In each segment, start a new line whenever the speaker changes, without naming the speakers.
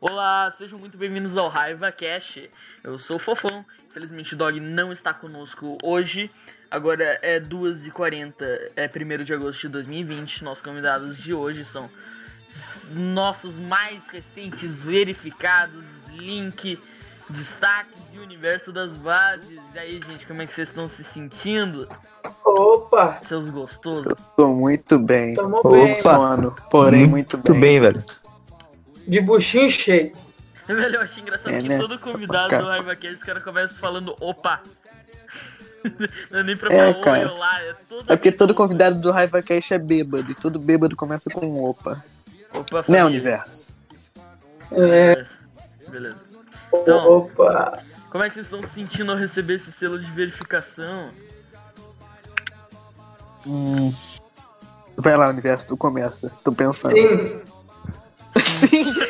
Olá, sejam muito bem-vindos ao Raiva Cash. Eu sou o Fofão. Infelizmente o Dog não está conosco hoje. Agora é 2h40, é 1 de agosto de 2020. Nossos convidados de hoje são s- nossos mais recentes verificados, link, destaques e universo das bases. E aí, gente, como é que vocês estão se sentindo?
Opa,
Seus gostosos.
Tô muito bem.
tomou
Opa.
bem.
Sono, porém muito,
Muito
bem.
bem, velho.
De buchinho cheio.
Velho, eu acho engraçado
É,
que
né?
todo
Essa
convidado
cara.
do Raiva Cash, os caras começam falando opa. Não é nem pra
É,
falar
cara.
oi, olá. É, toda
É porque
vez
todo
opa.
convidado do Raiva Cash é bêbado. E todo bêbado começa com um opa.
Opa,
Né,
família.
universo?
É,
Beleza. Beleza. Então.
Opa.
Como é que vocês estão se sentindo ao receber esse selo de verificação?
Hum. Vai lá, universo, tu começa. Tô pensando.
Sim.
Sim!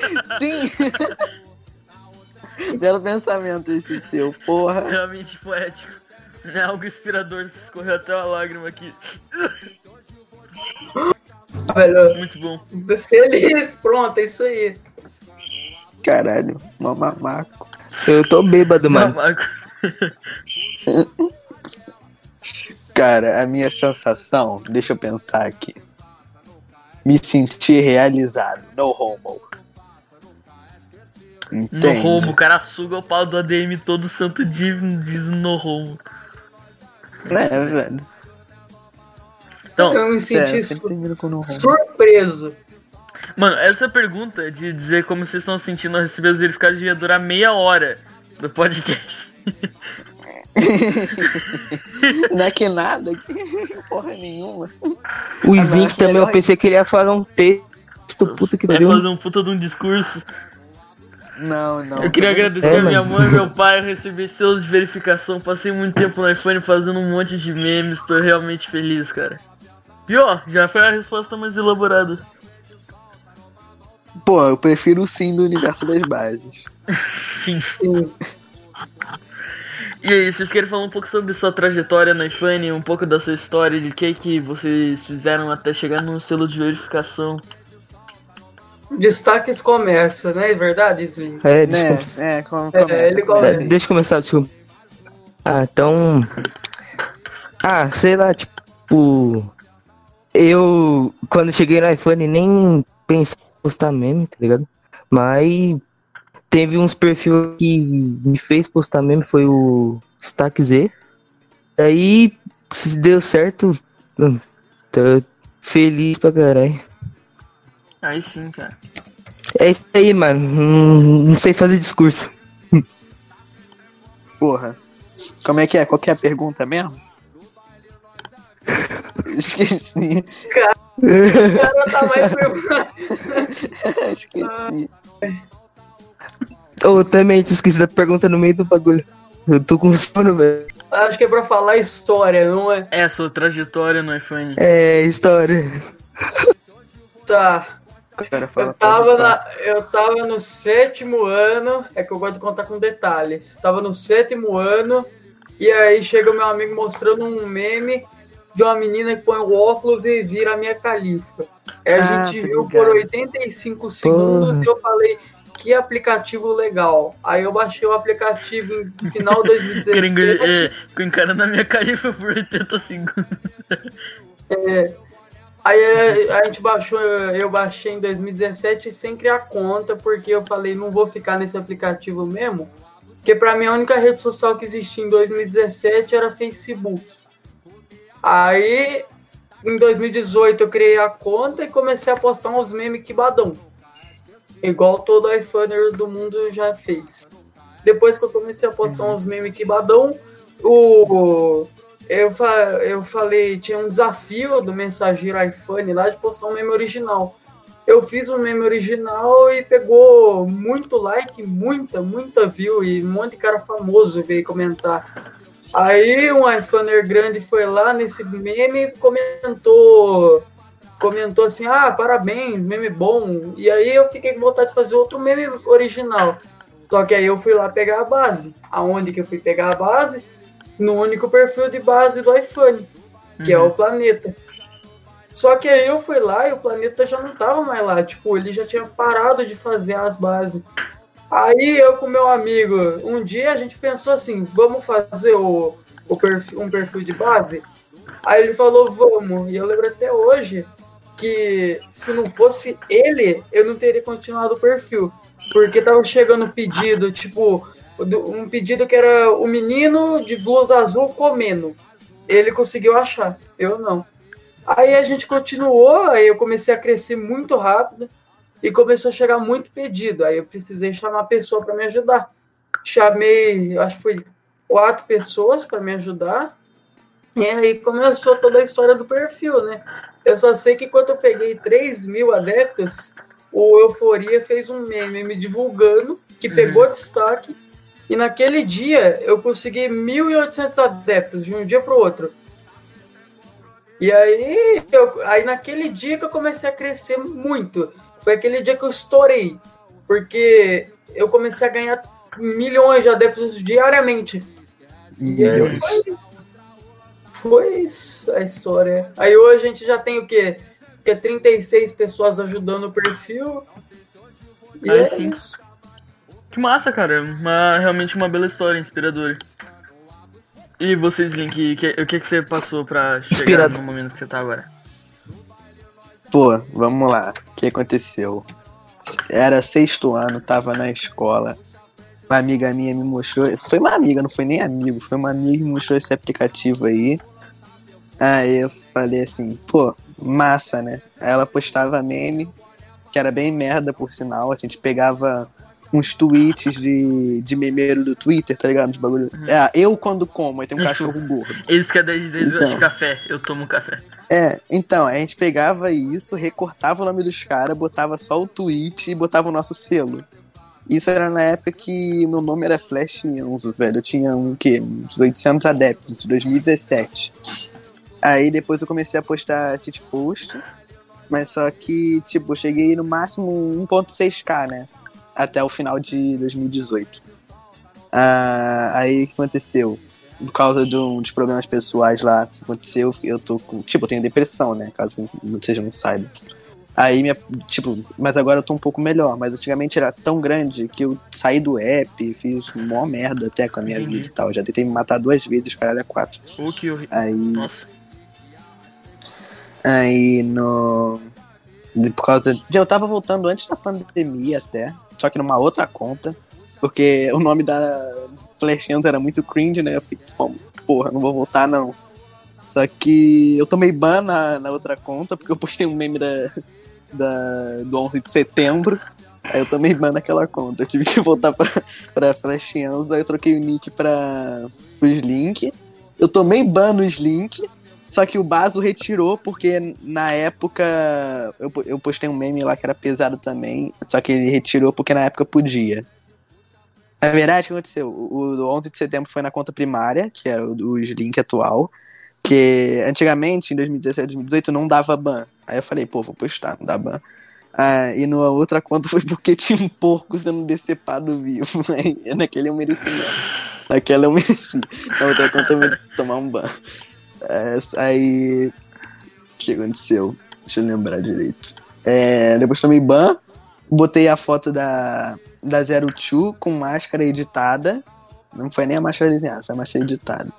Sim! Belo pensamento esse seu, porra.
Realmente tipo, poético. É algo inspirador, se escorreu até uma lágrima aqui.
Velho,
Muito bom.
feliz. Pronto, é isso aí.
Caralho, mamamaco.
Eu tô bêbado, mano.
Mamaco.
Cara, a minha sensação, deixa eu pensar aqui. Me senti realizado. No homo.
No
Entende?
homo, o cara suga o pau do ADM todo santo dia e diz no homo.
Né, velho?
Então,
Eu me senti
É,
su-
sempre termina com no home.
surpreso.
Mano, essa pergunta de dizer como vocês estão sentindo ao receber os verificados ia durar meia hora do podcast.
Não é que nada, que porra nenhuma.
O
mas
Zinc
acho
também, eu
melhor
pensei que ele ia falar um texto. Puta que
É
pariu.
fazer um puta de um discurso.
Não, não.
Eu queria
também
agradecer a
É, mas-
minha mãe e meu pai, eu recebi selos de verificação, passei muito tempo no iPhone fazendo um monte de memes, tô realmente feliz, cara. Pior, já foi a resposta mais elaborada.
não. Pô, eu prefiro o sim do universo das bases.
Sim.
Sim.
E aí, vocês querem falar um pouco sobre sua trajetória no iPhone, um pouco da sua história, de que que vocês fizeram até chegar no selo de verificação?
Destaques começa, né? É verdade, Slim?
É,
né?
deixa,
É, como
É,
começa,
ele
eu-
começa.
é, deixa eu começar, desculpa. Ah, então. Ah, sei lá, tipo. Eu, quando cheguei no iPhone, nem pensei em postar meme, tá ligado? Mas teve uns perfil que me fez postar meme, foi o Stack Z. Aí, se deu certo, hum, tô feliz pra caralho.
Aí sim, cara.
É isso aí, mano. Hum, Não sei fazer discurso.
Porra. Como é que é? Qual que é a pergunta mesmo? Esqueci.
O cara tá mais preparado.
Esqueci.
Ah,
Ou também te esqueci da pergunta no meio do bagulho. Eu tô com sono, velho.
Acho que é pra falar história, não é?
É, sua trajetória no iPhone.
É, história.
Tá.
Cara, fala,
Eu tava,
pode falar.
na, eu tava no sétimo ano. É que eu gosto de contar com detalhes. Tava no sétimo ano. E aí chega o meu amigo mostrando um meme de uma menina que põe o óculos e vira a minha califa. Aí a
Ah,
gente
tô
viu
ligado.
por 85 segundos e eu falei que aplicativo legal. Aí eu baixei o aplicativo em final de
Querendo,
2017.
é, com encarando a minha califa por 80 segundos.
Aí é, a gente baixou, eu baixei em 2017 sem criar conta, porque eu falei, não vou ficar nesse aplicativo mesmo. Porque pra mim a única rede social que existia em 2017 era Facebook. Aí em 2018 eu criei a conta e comecei a postar uns memes que badão. Igual todo iPhoneer do mundo já fez. Depois que eu comecei a postar uns memes que badão, o eu, fa- eu falei, tinha um desafio do mensageiro iPhone lá de postar um meme original. Eu fiz um meme original e pegou muito like, muita, muita view e um monte de cara famoso veio comentar. Aí um iPhoneer grande foi lá nesse meme e comentou, comentou assim, ah, parabéns, meme bom. E aí eu fiquei com vontade de fazer outro meme original. Só que aí eu fui lá pegar a base. Aonde que eu fui pegar a base? no único perfil de base do iPhone, que é o Planeta. Só que aí eu fui lá e o planeta já não tava mais lá. Tipo, ele já tinha parado de fazer as bases. Aí eu com meu amigo, um dia a gente pensou assim, vamos fazer o, o perfil, um perfil de base? Aí ele falou, vamos. E eu lembro até hoje que se não fosse ele, eu não teria continuado o perfil. Porque tava chegando pedido, tipo, do- um pedido que era o menino de blusa azul comendo. Ele conseguiu achar, eu não. Aí a gente continuou, aí eu comecei a crescer muito rápido e começou a chegar muito pedido. Aí eu precisei chamar a pessoa para me ajudar. Chamei, acho que foi quatro pessoas para me ajudar. E aí começou toda a história do perfil, né? Eu só sei que quando eu peguei 3 mil adeptos, o Euforia fez um meme me divulgando, que
Uhum.
pegou destaque. E naquele dia eu consegui 1.800 adeptos, de um dia para o outro. E aí, eu, aí naquele dia que eu comecei a crescer muito. Foi aquele dia que eu estourei. Porque eu comecei a ganhar milhões de adeptos diariamente.
Milhões.
Foi isso a história. Aí hoje a gente já tem o quê? Que é 36 pessoas ajudando o perfil. E
Aí
é
sim.
isso.
Que massa, cara. Uma, realmente uma bela história, inspiradora. E vocês, Link, que- o que, que você passou pra chegar
Inspirado.
no momento que você tá agora?
Pô, vamos lá. O que aconteceu? Era sexto ano, tava na escola. Uma amiga minha me mostrou. Foi uma amiga, não foi nem amigo. Foi uma amiga que me mostrou esse aplicativo aí. Aí eu falei assim, pô, massa, né? Aí ela postava meme, que era bem merda, por sinal. A gente pegava uns tweets de, de memeiro do Twitter, tá ligado? Uns bagulho. É, eu quando como, aí tem um cachorro gordo.
Esse que é 10 de 10 gosta de
Então.
café. Eu tomo café.
É, então, a gente pegava isso, recortava o nome dos caras, botava só o tweet e botava o nosso selo. Isso era na época que meu nome era Flash Enzo, velho. Eu tinha um quê? Uns 800 adeptos, 2017. Aí depois eu comecei a postar cheat post, mas só que, tipo, eu cheguei no máximo 1.6k, né? Até o final de 2018. Ah, aí o que aconteceu? por causa de um, dos problemas pessoais lá que aconteceu, eu tô com. Tipo, eu tenho depressão, né? Caso vocês não saibam. Aí, minha, tipo, mas agora eu tô um pouco melhor. Mas antigamente era tão grande que eu saí do app, fiz mó merda até com a minha
Entendi.
vida e tal. Já tentei me matar duas vezes, caralho, a quatro.
Ô, que horrível.
Aí.
Nossa.
Aí no. Por causa. de- Eu tava voltando antes da pandemia até. Só que numa outra conta. Porque o nome da Flechinhos era muito cringe, né? Eu fiquei, "Pô, porra, não vou voltar não. Só que eu tomei ban na, na outra conta, porque eu postei um meme da, da- do 11 de setembro. Aí eu tomei ban naquela conta. Eu tive que voltar pra, pra Flechinhos. Aí eu troquei o nick pra, pros Link. Eu tomei ban nos Link. Só que o Baso retirou, porque na época. Eu, po- eu postei um meme lá que era pesado também. Só que ele retirou porque na época podia. Na verdade, o que aconteceu? O, o 11 de setembro foi na conta primária, que era o do Slink atual. Que antigamente, em 2017, 2018, não dava ban. Aí eu falei, pô, vou postar, não dá ban. Ah, e numa outra conta foi porque tinha um porco sendo decepado vivo. Aí, Naquele é um eu mereci mesmo. Naquela eu mereci. é um Na outra conta eu mereci tomar um ban. É, aí. O que aconteceu? Deixa eu lembrar direito. É, depois tomei ban, botei a foto da, da Zero Two com máscara editada. Não foi nem a máscara desenhada, foi a máscara editada.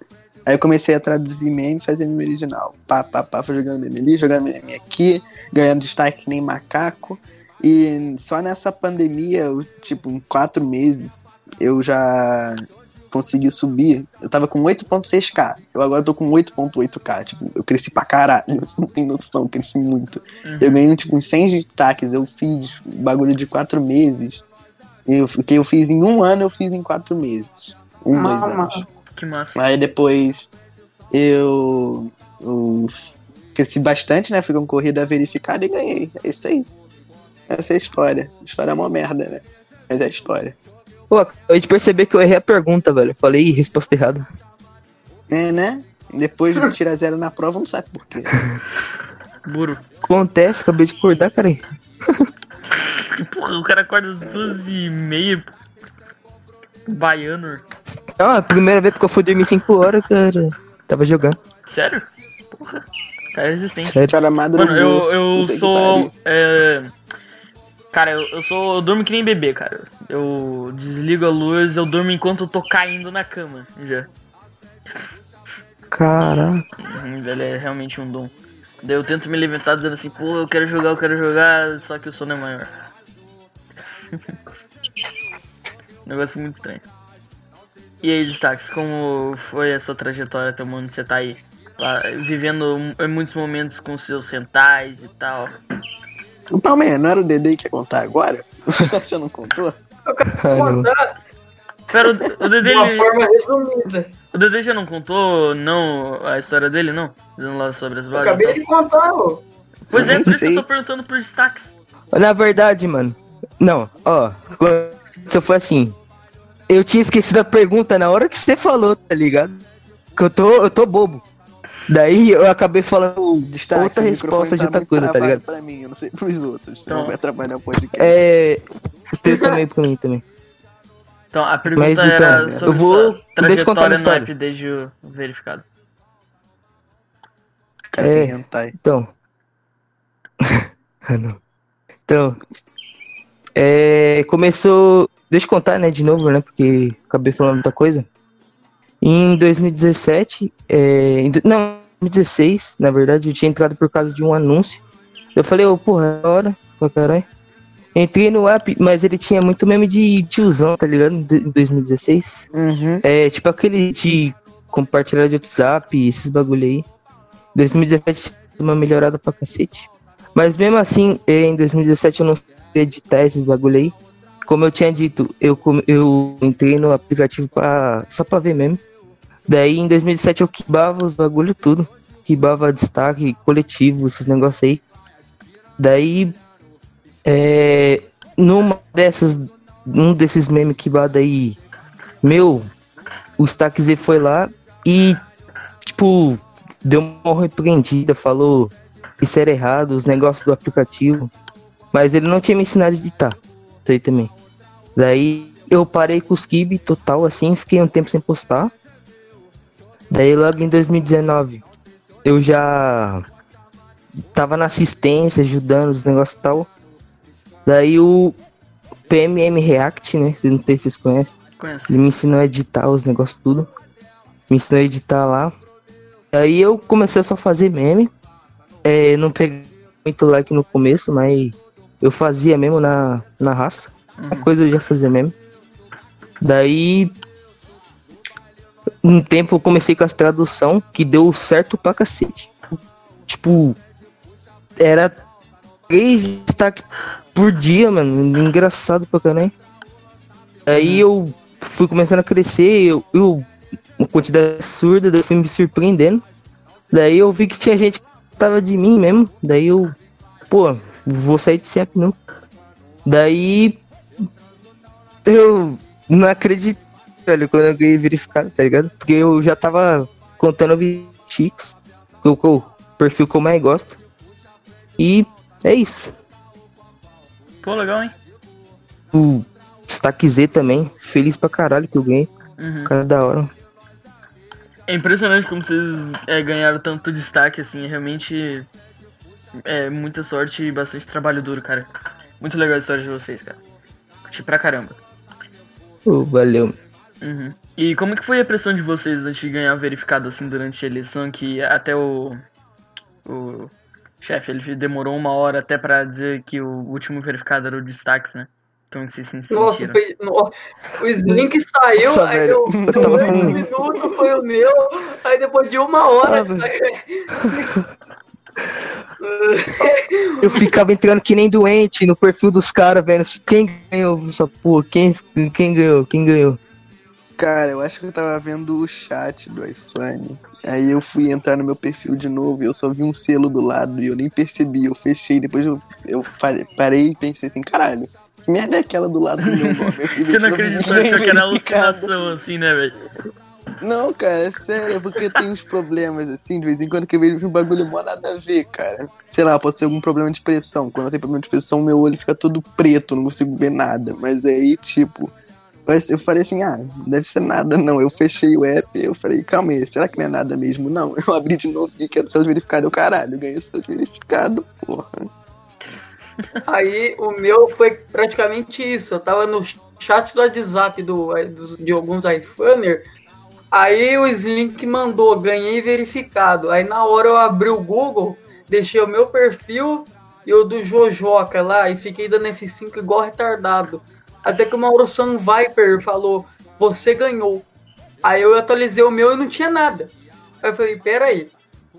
Aí eu comecei a traduzir meme e fazer meme original. Pá, pá, pá, fui jogando meme ali, jogando meme aqui, ganhando destaque que nem macaco. E só nessa pandemia, eu, tipo, em quatro meses, eu já consegui subir, eu tava com 8.6k. Eu agora tô com 8.8k. Tipo, eu cresci pra caralho. Você não tem noção, eu cresci muito.
Uhum.
Eu ganhei, tipo, uns 100 destaques. Eu fiz um bagulho de 4 meses. Eu, que eu fiz em um ano, eu fiz em 4 meses. Um, dois
Mama.
anos.
Que massa.
Aí depois eu, eu cresci bastante, né? Fui concorrida verificada e ganhei. É isso aí. Essa é a história. A história é uma merda, né? Mas é a história.
Pô, acabei de perceber que eu errei a pergunta, velho. Falei resposta errada.
É, né? Depois de tirar zero na prova, não sabe por quê.
Buro.
Acontece, acabei de acordar, cara.
Porra, o cara acorda às duas e meia. Baiano.
Não, é a primeira vez que eu fui dormir 5 horas, cara. Tava jogando.
Sério? Cara resistente.
Sério.
Cara, madrugou.
Mano, eu, eu
Puta que
sou.
pariu.
é, Cara, eu, eu sou. Eu durmo que nem bebê, cara. Eu desligo a luz, eu durmo enquanto eu tô caindo na cama. Já.
Caraca.
Uhum, Ele é realmente um dom. Daí eu tento me levantar dizendo assim, pô, eu quero jogar, eu quero jogar, só que o sono é maior. Negócio muito estranho. E aí, destaques, como foi a sua trajetória até o mundo? Você tá aí lá, vivendo em muitos momentos com seus rentais e tal.
Palmeiras, Então, não era o Dedê que ia contar agora? Você não contou?
Mano,
Contar
Pera, o, o
de
Dedê,
uma
ele-
forma resumida.
o Dedê já não contou não, a história dele, não? Dizendo lá sobre as
Eu
vagas.
acabei
e tal.
de contar, ô.
Pois é, por isso que eu
Sei.
tô perguntando por destaques.
na verdade, mano. Não, ó. Quando foi assim. Eu tinha esquecido a pergunta na hora que você falou, tá ligado? Que eu tô, eu tô bobo. Daí eu acabei falando
Destaque,
Hum, outra
seu
resposta
microfone
de outra
muito
coisa, tá
travado
ligado?
pra mim, eu não sei pros outros. Então,
Então.
vai atrapalhar o podcast.
É. Teve também pra mim também.
Então, a pergunta
Mas, então,
era
eu
sobre
vou-
sua
deixa eu contar
trajetória
minha
no
história.
app desde o verificado.
O cara tem
é.
hentai.
Então. ah, não. Então. É, começou. Deixa eu contar, né, de novo, né? Porque acabei falando outra coisa. Em 2017. É, em do- não, 2016, na verdade, eu tinha entrado por causa de um anúncio. Eu falei, ô, porra, é hora, pra caralho. Entrei no app, mas ele tinha muito meme de tiozão, tá ligado? Em do- em 2016.
Uhum.
É, tipo aquele de compartilhar de WhatsApp, esses bagulho aí. 2017 deu uma melhorada pra cacete. Mas mesmo assim, eh, em 2017 eu não sabia editar esses bagulho aí. Como eu tinha dito, eu, com- eu entrei no aplicativo pra, só pra ver mesmo. Daí em 2017 eu quibava os bagulho tudo. Quibava destaque, coletivo, esses negócios aí. Daí, eh, numa dessas, um desses memes quibado aí, meu, o Stack Z foi lá e, tipo, deu uma repreendida, falou isso era errado, os negócios do aplicativo. Mas ele não tinha me ensinado a editar. Isso aí também. Daí eu parei com os Kib total, assim, fiquei um tempo sem postar. Daí logo em 2019 eu já tava na assistência, ajudando os negócios e tal. Daí o PMM React, né? Não sei se vocês conhecem.
Conheci.
Ele me ensinou a editar os negócios tudo. Me ensinou a editar lá. Aí eu comecei a só fazer meme. É, não peguei muito like no começo, mas eu fazia mesmo na, na raça. Uma
Uhum.
coisa eu já fazia meme. Daí. Um tempo eu comecei com as tradução que deu certo pra cacete. Tipo, era três destaques por dia, mano. Engraçado pra caralho. Aí eu fui começando a crescer, eu, eu uma quantidade absurda, daí eu fui me surpreendendo. Daí eu vi que tinha gente que gostava de mim mesmo. Daí eu, pô, vou sair de CEP não. Daí eu não acredito, velho, quando eu ganhei verificado, tá ligado? Porque eu já tava contando Vitix, que é o- que é o perfil que eu mais gosto. E é isso.
Pô, legal, hein?
O destaque Z também. Feliz pra caralho que eu ganhei.
Uhum.
Cara da hora.
É impressionante como vocês é, ganharam tanto destaque, assim, realmente é muita sorte e bastante trabalho duro, cara. Muito legal a história de vocês, cara. Curti pra caramba.
Ô, valeu.
Uhum. E como que foi a pressão de vocês antes de ganhar verificado, assim, durante a eleição, que até o, o chefe, ele demorou uma hora até pra dizer que o último verificado era o destaques, né? Como que vocês se sentiram?
Nossa, foi- no- o Slink saiu,
Nossa,
aí
velho,
eu,
eu tava
durante um
com-
minuto foi o meu, aí depois de uma hora
Ah,
saiu.
Eu ficava entrando que nem doente no perfil dos caras, velho. Quem ganhou essa porra? Quem, quem ganhou? Quem ganhou?
Cara, eu acho que eu tava vendo o chat do iPhone. Aí eu fui entrar no meu perfil de novo e eu só vi um selo do lado e eu nem percebi. Eu fechei, depois eu, eu pare- parei e pensei assim, caralho, que merda é aquela do lado do meu nome? Eu fui
Você não
ver que
acreditou,
ninguém
achou que era
verificado.
alucinação, assim, né, velho?
Não, cara, é sério, porque tem uns problemas assim, de vez em quando que eu vejo um bagulho mó nada a ver, cara. Sei lá, pode ser algum problema de pressão. Quando eu tenho problema de pressão, meu olho fica todo preto, não consigo ver nada. Mas aí, tipo, Mas eu falei assim, ah, não deve ser nada não. Eu fechei o app, eu falei, calma aí, será que não é nada mesmo? Não, eu abri de novo e que é do seu verificado. Eu, caralho, eu ganhei seu verificado, porra.
Aí o meu foi praticamente isso. Eu tava no chat do WhatsApp do, dos- de alguns iFunner. Aí o Slink mandou, ganhei verificado. Aí na hora eu abri o Google, deixei o meu perfil e o do Jojoca lá e fiquei dando F5 igual retardado. Até que o Mauro San Viper falou, você ganhou. Aí eu atualizei o meu e não tinha nada. Aí eu falei, peraí.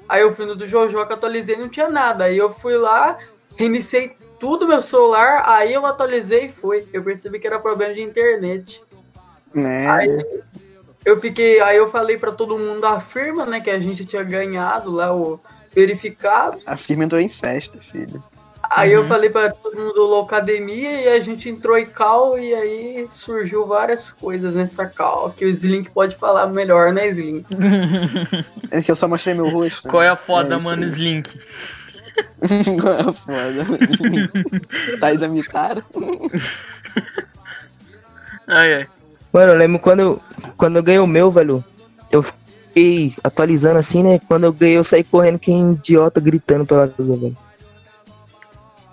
Aí eu fui no do Jojoca, atualizei e não tinha nada. Aí eu fui lá, Reiniciei tudo meu celular, aí eu atualizei e foi. Eu percebi que era problema de internet.
Né?
Aí eu fiquei, aí eu falei pra todo mundo da firma, né, que a gente tinha ganhado lá o verificado.
A firma entrou em festa, filho.
Aí eu
Uhum.
falei pra todo mundo do Locademia e a gente entrou em cal e aí surgiu várias coisas nessa cal que o Slink pode falar melhor, né, Slink?
É que eu só mostrei meu rosto.
Qual é a foda,
É isso
mano,
aí.
Slink?
Qual é a foda? Thais Amitar?
Ai, ai.
Mano, eu lembro quando eu, quando eu ganhei o meu, velho. Eu fiquei atualizando assim, né? Quando eu ganhei, eu saí correndo que nem idiota gritando pela casa, velho.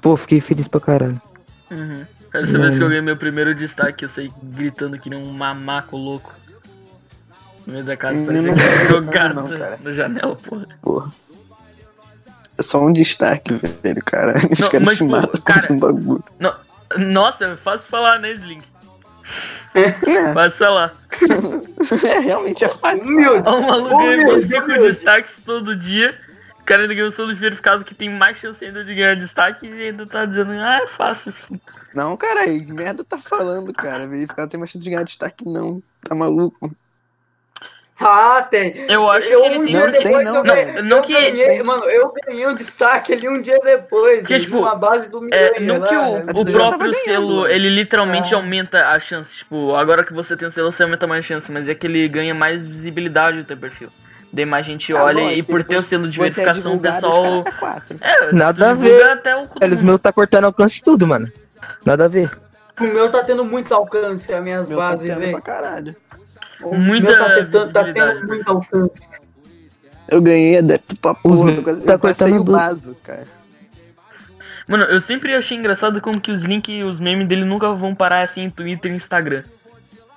Pô, fiquei feliz pra caralho.
Uhum. Essa vez
Mano.
que eu ganhei meu primeiro destaque, eu saí gritando que nem um mamaco louco. No meio da casa,
Não,
parecia
não,
que era
não,
jogado
não, cara.
na janela, porra.
Porra. É só um destaque, velho, cara. Os
Não,
caras
mas,
se
pô,
matam por
cara-
um bagulho.
No- Nossa, fácil falar, né, Slink?
Né?
Fácil falar.
É, realmente é fácil.
Humilde.
Ó, O um maluco
Ô,
ganha
meu,
5
humilde.
destaques todo dia. O cara ainda ganhou o selo de verificado que tem mais chance ainda de ganhar destaque e ainda tá dizendo, ah, é fácil.
Não, cara, aí, que merda tá falando, cara. Verificado tem mais chance de ganhar destaque, não. Tá maluco?
Tá, tem.
Eu acho
Eu
que
um
ele tem.
dia
Não tem,
depois
não,
eu ganhei.
não. Não
eu
que-
ganhei- mano, eu ganhei um destaque ali um dia depois.
Que,
Que,
tipo,
uma base do Miranha.
É, não que
lá, né?
o, o
já tava
próprio
ganhando,
selo,
né?
ele literalmente
Ah.
aumenta a chance. Tipo, agora que você tem o selo, você aumenta mais a chance. Mas é que ele ganha mais visibilidade do teu perfil. Daí mais gente
Ah,
olha
lógico,
e por ter o
depois
selo de
Você é
verificação, o
divulgado, os
pessoal...
caras tá quatro.
É,
Nada a
divulga
ver.
até o cu do
Velho, os
mundo.
meus tá cortando alcance e tudo, mano. Nada a ver.
O meu tá tendo muito alcance, as minhas
Meu tá
bases,
tendo pra
velho.
caralho.
O
Muita
meu tá tentando- tá
visibilidade,
tendo muito alcance.
Eu ganhei adepto pra porra.
meus
eu quase-
tá
eu passei
cortando
o
do-
baso, cara.
Mano, eu sempre achei engraçado como que os links e os memes dele nunca vão parar assim em Twitter e Instagram.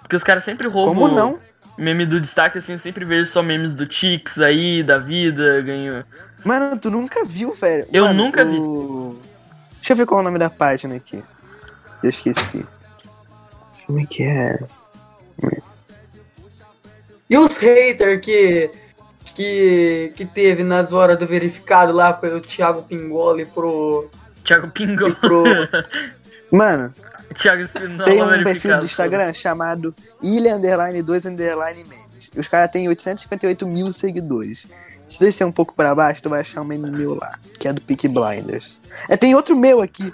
Porque os caras sempre roubam
Como não?
meme do destaque, assim, eu sempre vejo só memes do Tix aí, da vida, ganho.
Mano, tu nunca viu, velho?
Eu
Mano,
nunca vi.
o- Deixa eu ver qual é o nome da página aqui. Eu esqueci. Como é que é?
E os haters que, que, que teve nas horas do verificado lá pelo Thiago Pingoli pro.
Thiago Pingo,
e pro
Mano,
Thiago Espinola
tem um perfil
verificado.
do Instagram chamado ilha underline 2 underline memes. Os caras têm 858 mil seguidores. Se você descer um pouco pra baixo, tu vai achar um meme meu lá, que é do Peak Blinders. É, tem outro meu aqui.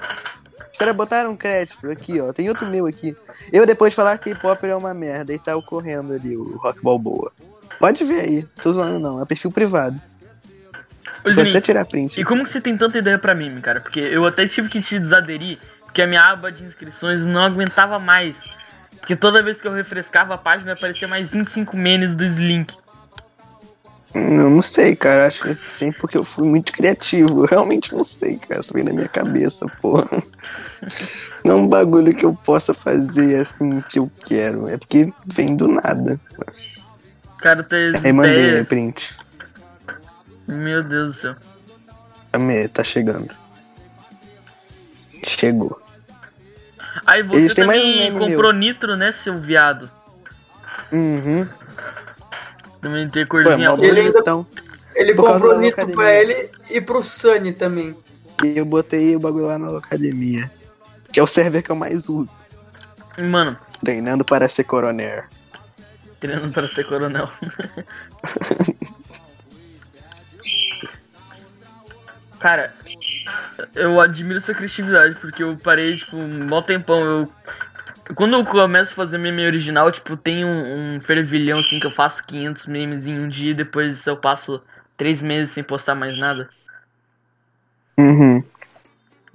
Os caras botaram um crédito aqui, ó. Tem outro meu aqui. Eu depois falar que K-pop é uma merda e tá ocorrendo ali o Rock Balboa. Pode ver aí, tô zoando não, é perfil privado.
Ô,
Vou
Slink,
até tirar print.
é. E como que você tem tanta ideia pra mim, cara? Porque eu até tive que te desaderir, porque a minha aba de inscrições não aguentava mais. Porque toda vez que eu refrescava a página, aparecia mais 25 memes do Slink.
Hum, Eu não sei, cara. Acho que sempre porque eu fui muito criativo. Eu realmente não sei, cara. Isso vem na minha cabeça, porra. Não é um bagulho que eu possa fazer assim que eu quero. É porque vem do nada.
Cara, tem
Aí mandei a
ideia.
print.
Meu Deus do céu.
Amei, tá chegando. Chegou.
Aí você
Eles têm mais um
também
meme
comprou nitro, né, seu viado?
Uhum.
Também tem
Pô, é
corzinha
mó
roxa.
ele ainda-
bonitão.
Ele
Por causa
comprou
da
Nito pra
Locademia.
ele e pro Sunny também.
E eu botei o bagulho lá na academia. Que é o server que eu mais uso.
Mano,
Treinando para ser coronel.
treinando para ser coronel. Cara, eu admiro sua criatividade, porque eu parei, tipo, um mó tempão. Eu... Quando eu começo a fazer meme original, tipo, tem um, um fervilhão, assim, que eu faço 500 memes em um dia e depois eu passo três meses sem postar mais nada.
Uhum.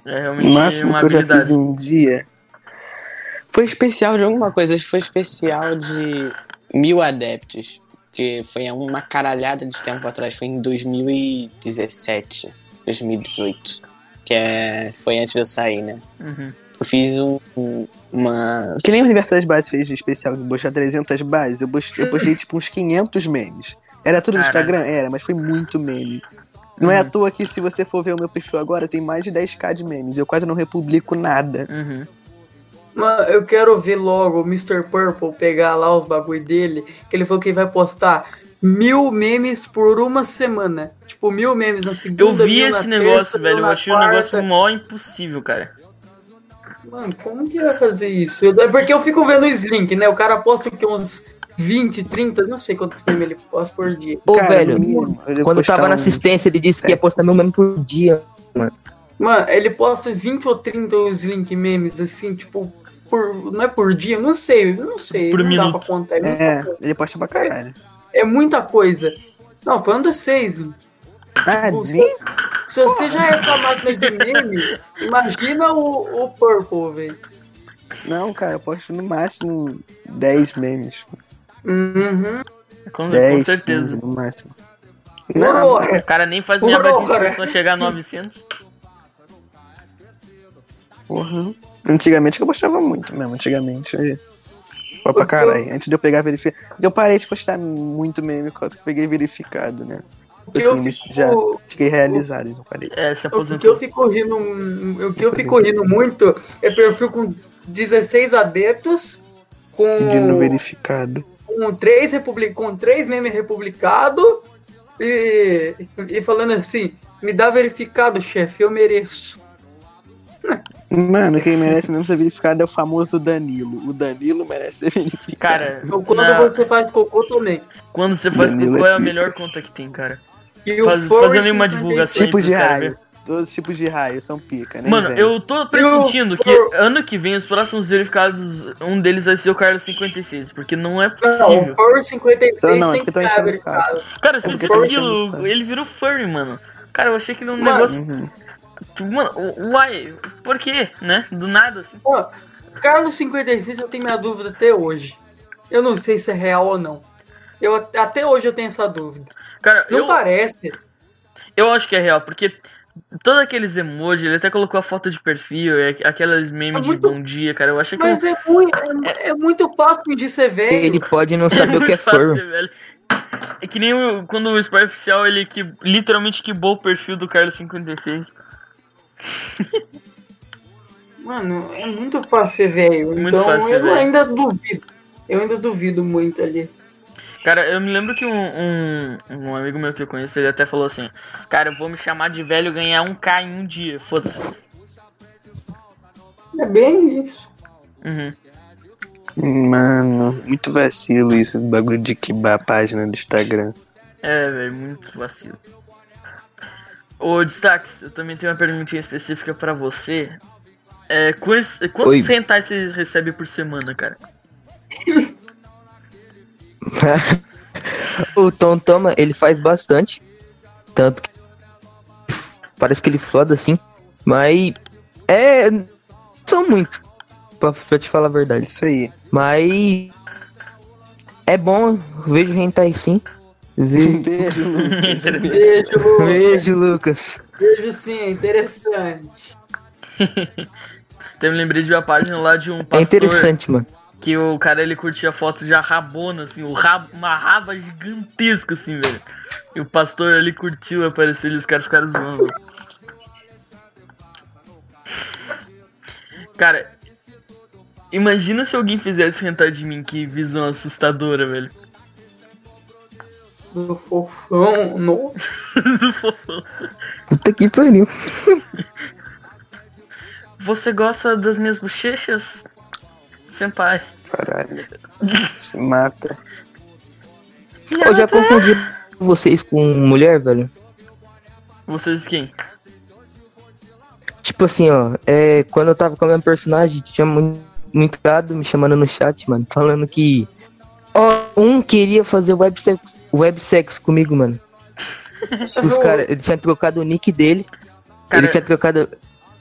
É
O
realmente
máximo
É uma
que eu já
habilidade.
fiz em um dia Foi especial de alguma coisa, acho que foi especial de mil adeptos. Porque foi há uma caralhada de tempo atrás, foi em 2017, 2018. Que é, foi antes de eu sair, né?
Uhum.
Eu fiz um, um- uma. Que nem a Universidade Base fez de especial de postar 300 bases. Eu postei, eu postei tipo uns 500 memes. Era tudo no
Caralho.
Instagram? Era, mas foi muito meme. Não é à
Uhum.
toa que se você for ver o meu perfil agora, tem mais de 10k de memes. Eu quase não republico nada.
Uhum.
Mano, eu quero ver logo o Mr. Purple pegar lá os bagulho dele, que ele falou que vai postar mil memes por uma semana. Tipo, mil memes na segunda,
Eu vi
mil na
esse
terça,
negócio,
mil
velho. Eu
na
achei o
quarta.
negócio mó impossível, cara.
Mano, como que vai fazer isso? Eu- É porque eu fico vendo o Slink, né? O cara posta que uns 20, 30, não sei quantos memes ele posta por dia.
Ô,
Cara,
velho,
no mínimo, eu
quando eu
postar um-
tava na
uns-
assistência, ele disse que
É.
ia postar mil meme por dia.
Mano, ele posta 20 ou 30 os link memes, assim, tipo, por, não é por dia, não sei, eu não sei,
Por
não dá
minuto.
pra contar. É, muita
É,
coisa.
ele posta pra caralho.
É muita coisa. Não, falando seis, Link.
Ah,
Os-
nem-
Se você já é essa máquina de meme, imagina o, o Purple, velho.
não, cara, eu posto no máximo 10 memes.
Uhum.
Com, com
10,
certeza.
15 no máximo.
Não,
O cara nem faz
Por
minha
hora.
batismo chegar a 900.
Porra. Antigamente eu postava muito mesmo, antigamente. aí. Foi pra caralho. Antes de eu pegar verificado. Eu parei de postar muito meme por causa que eu peguei verificado, né?
o que eu
Assim,
fico-
já fiquei realizado, então parei.
É, se
O que eu
aposentou.
fico rindo, o que eu fico rindo muito é perfil com 16 adeptos,
Pedindo
com,
verificado.
com, três, republi com três memes republicado e, e falando assim, me dá verificado, chefe, eu mereço.
Mano, quem merece mesmo ser verificado é o famoso Danilo. O Danilo merece ser verificado.
Cara,
Ou quando
na-
você faz cocô também.
quando você faz
Danilo
cocô
é
é a
pica.
melhor conta que tem, cara.
E o
Faz-
Furry
fazendo uma
56.
divulgação.
tipos de
Sempre os caras
raio. Todos os tipos de raio são pica, né?
Mano,
velho?
eu tô pressentindo
Eu-
que ano que vem, os próximos verificados, um deles vai ser o Carlos 56, porque não é
Não, o
possível.
Furry 56
Então, não, é
tem
porque
que
eu tô
estar
enchendo o saco.
verificado.
Cara,
É
você
porque tá
viu?
mexendo no saco.
Ele virou furry, mano. Cara, eu achei que era um
Mano.
negócio. tipo,
Uhum.
Mano, uai, por quê? Né? Do nada, assim.
Ó, Carlos 56 eu tenho minha dúvida até hoje. Eu não sei se é real ou não. Eu, até hoje eu tenho essa dúvida.
Cara,
Não
eu,
parece.
eu acho que é real, porque todos aqueles emojis, ele até colocou a foto de perfil, e aqu- aquelas memes
É
de
muito-
bom dia, cara. Eu achei que
Mas é muito, é, é muito fácil pedir ser
Ele
velho.
pode não saber o que é
muito fácil,
furry.
velho. É que nem o- quando o Spy Oficial ele que, literalmente quebou o perfil do Carlos 56.
Mano, é muito fácil ser velho.
Muito
Então
fácil ser
eu
velho.
ainda duvido. Eu ainda duvido muito ali.
Cara, eu me lembro que um, um, um amigo meu que eu conheço, ele até falou assim: Cara, eu vou me chamar de velho e ganhar 1k em um dia, foda-se.
É bem isso.
Uhum.
Mano, muito vacilo isso, esse bagulho de quebrar a página do Instagram.
É, velho, muito vacilo. Ô, Destaques, eu também tenho uma perguntinha específica pra você. É, quantos, quantos
Oi.
rentais você recebe por semana, cara?
O Tom Toma, ele faz bastante. Tanto que. Parece que ele floda assim. Mas. É. não São muito. Pra, pra te falar a verdade.
É Isso aí.
Mas. É bom. Vejo Hentai sim. Vejo,
Beijo, Lu.
É Interessante.
Vejo,
vejo Lucas.
vejo sim, é interessante.
Até me lembrei de uma página lá de um
É
pastor
interessante, mano.
que o cara ele curtia foto de a rabona, assim, o rabo, uma raba gigantesca, assim, velho. E o pastor ali curtiu, apareceu e os caras ficaram zoando. velho. Cara, imagina se alguém fizesse rentar de mim, que visão assustadora, velho.
Do fofão. No...
Puta que pariu.
Você gosta das minhas bochechas? Senpai.
Caralho. Se mata.
Eu já confundi vocês com mulher, velho.
Vocês quem?
Tipo assim, ó, é, quando eu tava com a minha personagem, tinha mu- muito gado me chamando no chat, mano, falando que. Ó, um queria fazer websex, websex comigo, mano. Os caras, ele tinha trocado o nick dele,
Cara,
ele tinha trocado.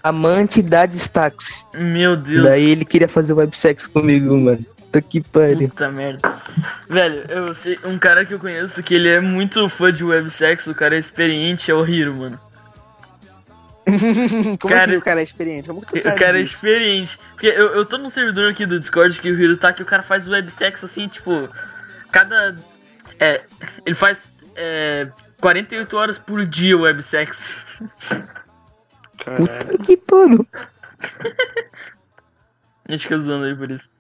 amante da destaques.
Meu Deus.
Daí ele queria fazer websex comigo, mano. Puta que pariu.
Puta merda. Velho, eu sei, um cara que eu conheço que ele é muito fã de websex, o cara é experiente, é o Hiro, mano.
Como
Cara-
assim o cara é experiente? Como que tu
O
sabe
cara é
disso?
experiente. Porque eu, eu tô num servidor aqui do Discord que o Hiro tá, que o cara faz websex assim, tipo. Cada. É. Ele faz. É, 48 horas por dia websex.
Puta que pariu.
A gente fica zoando aí por isso.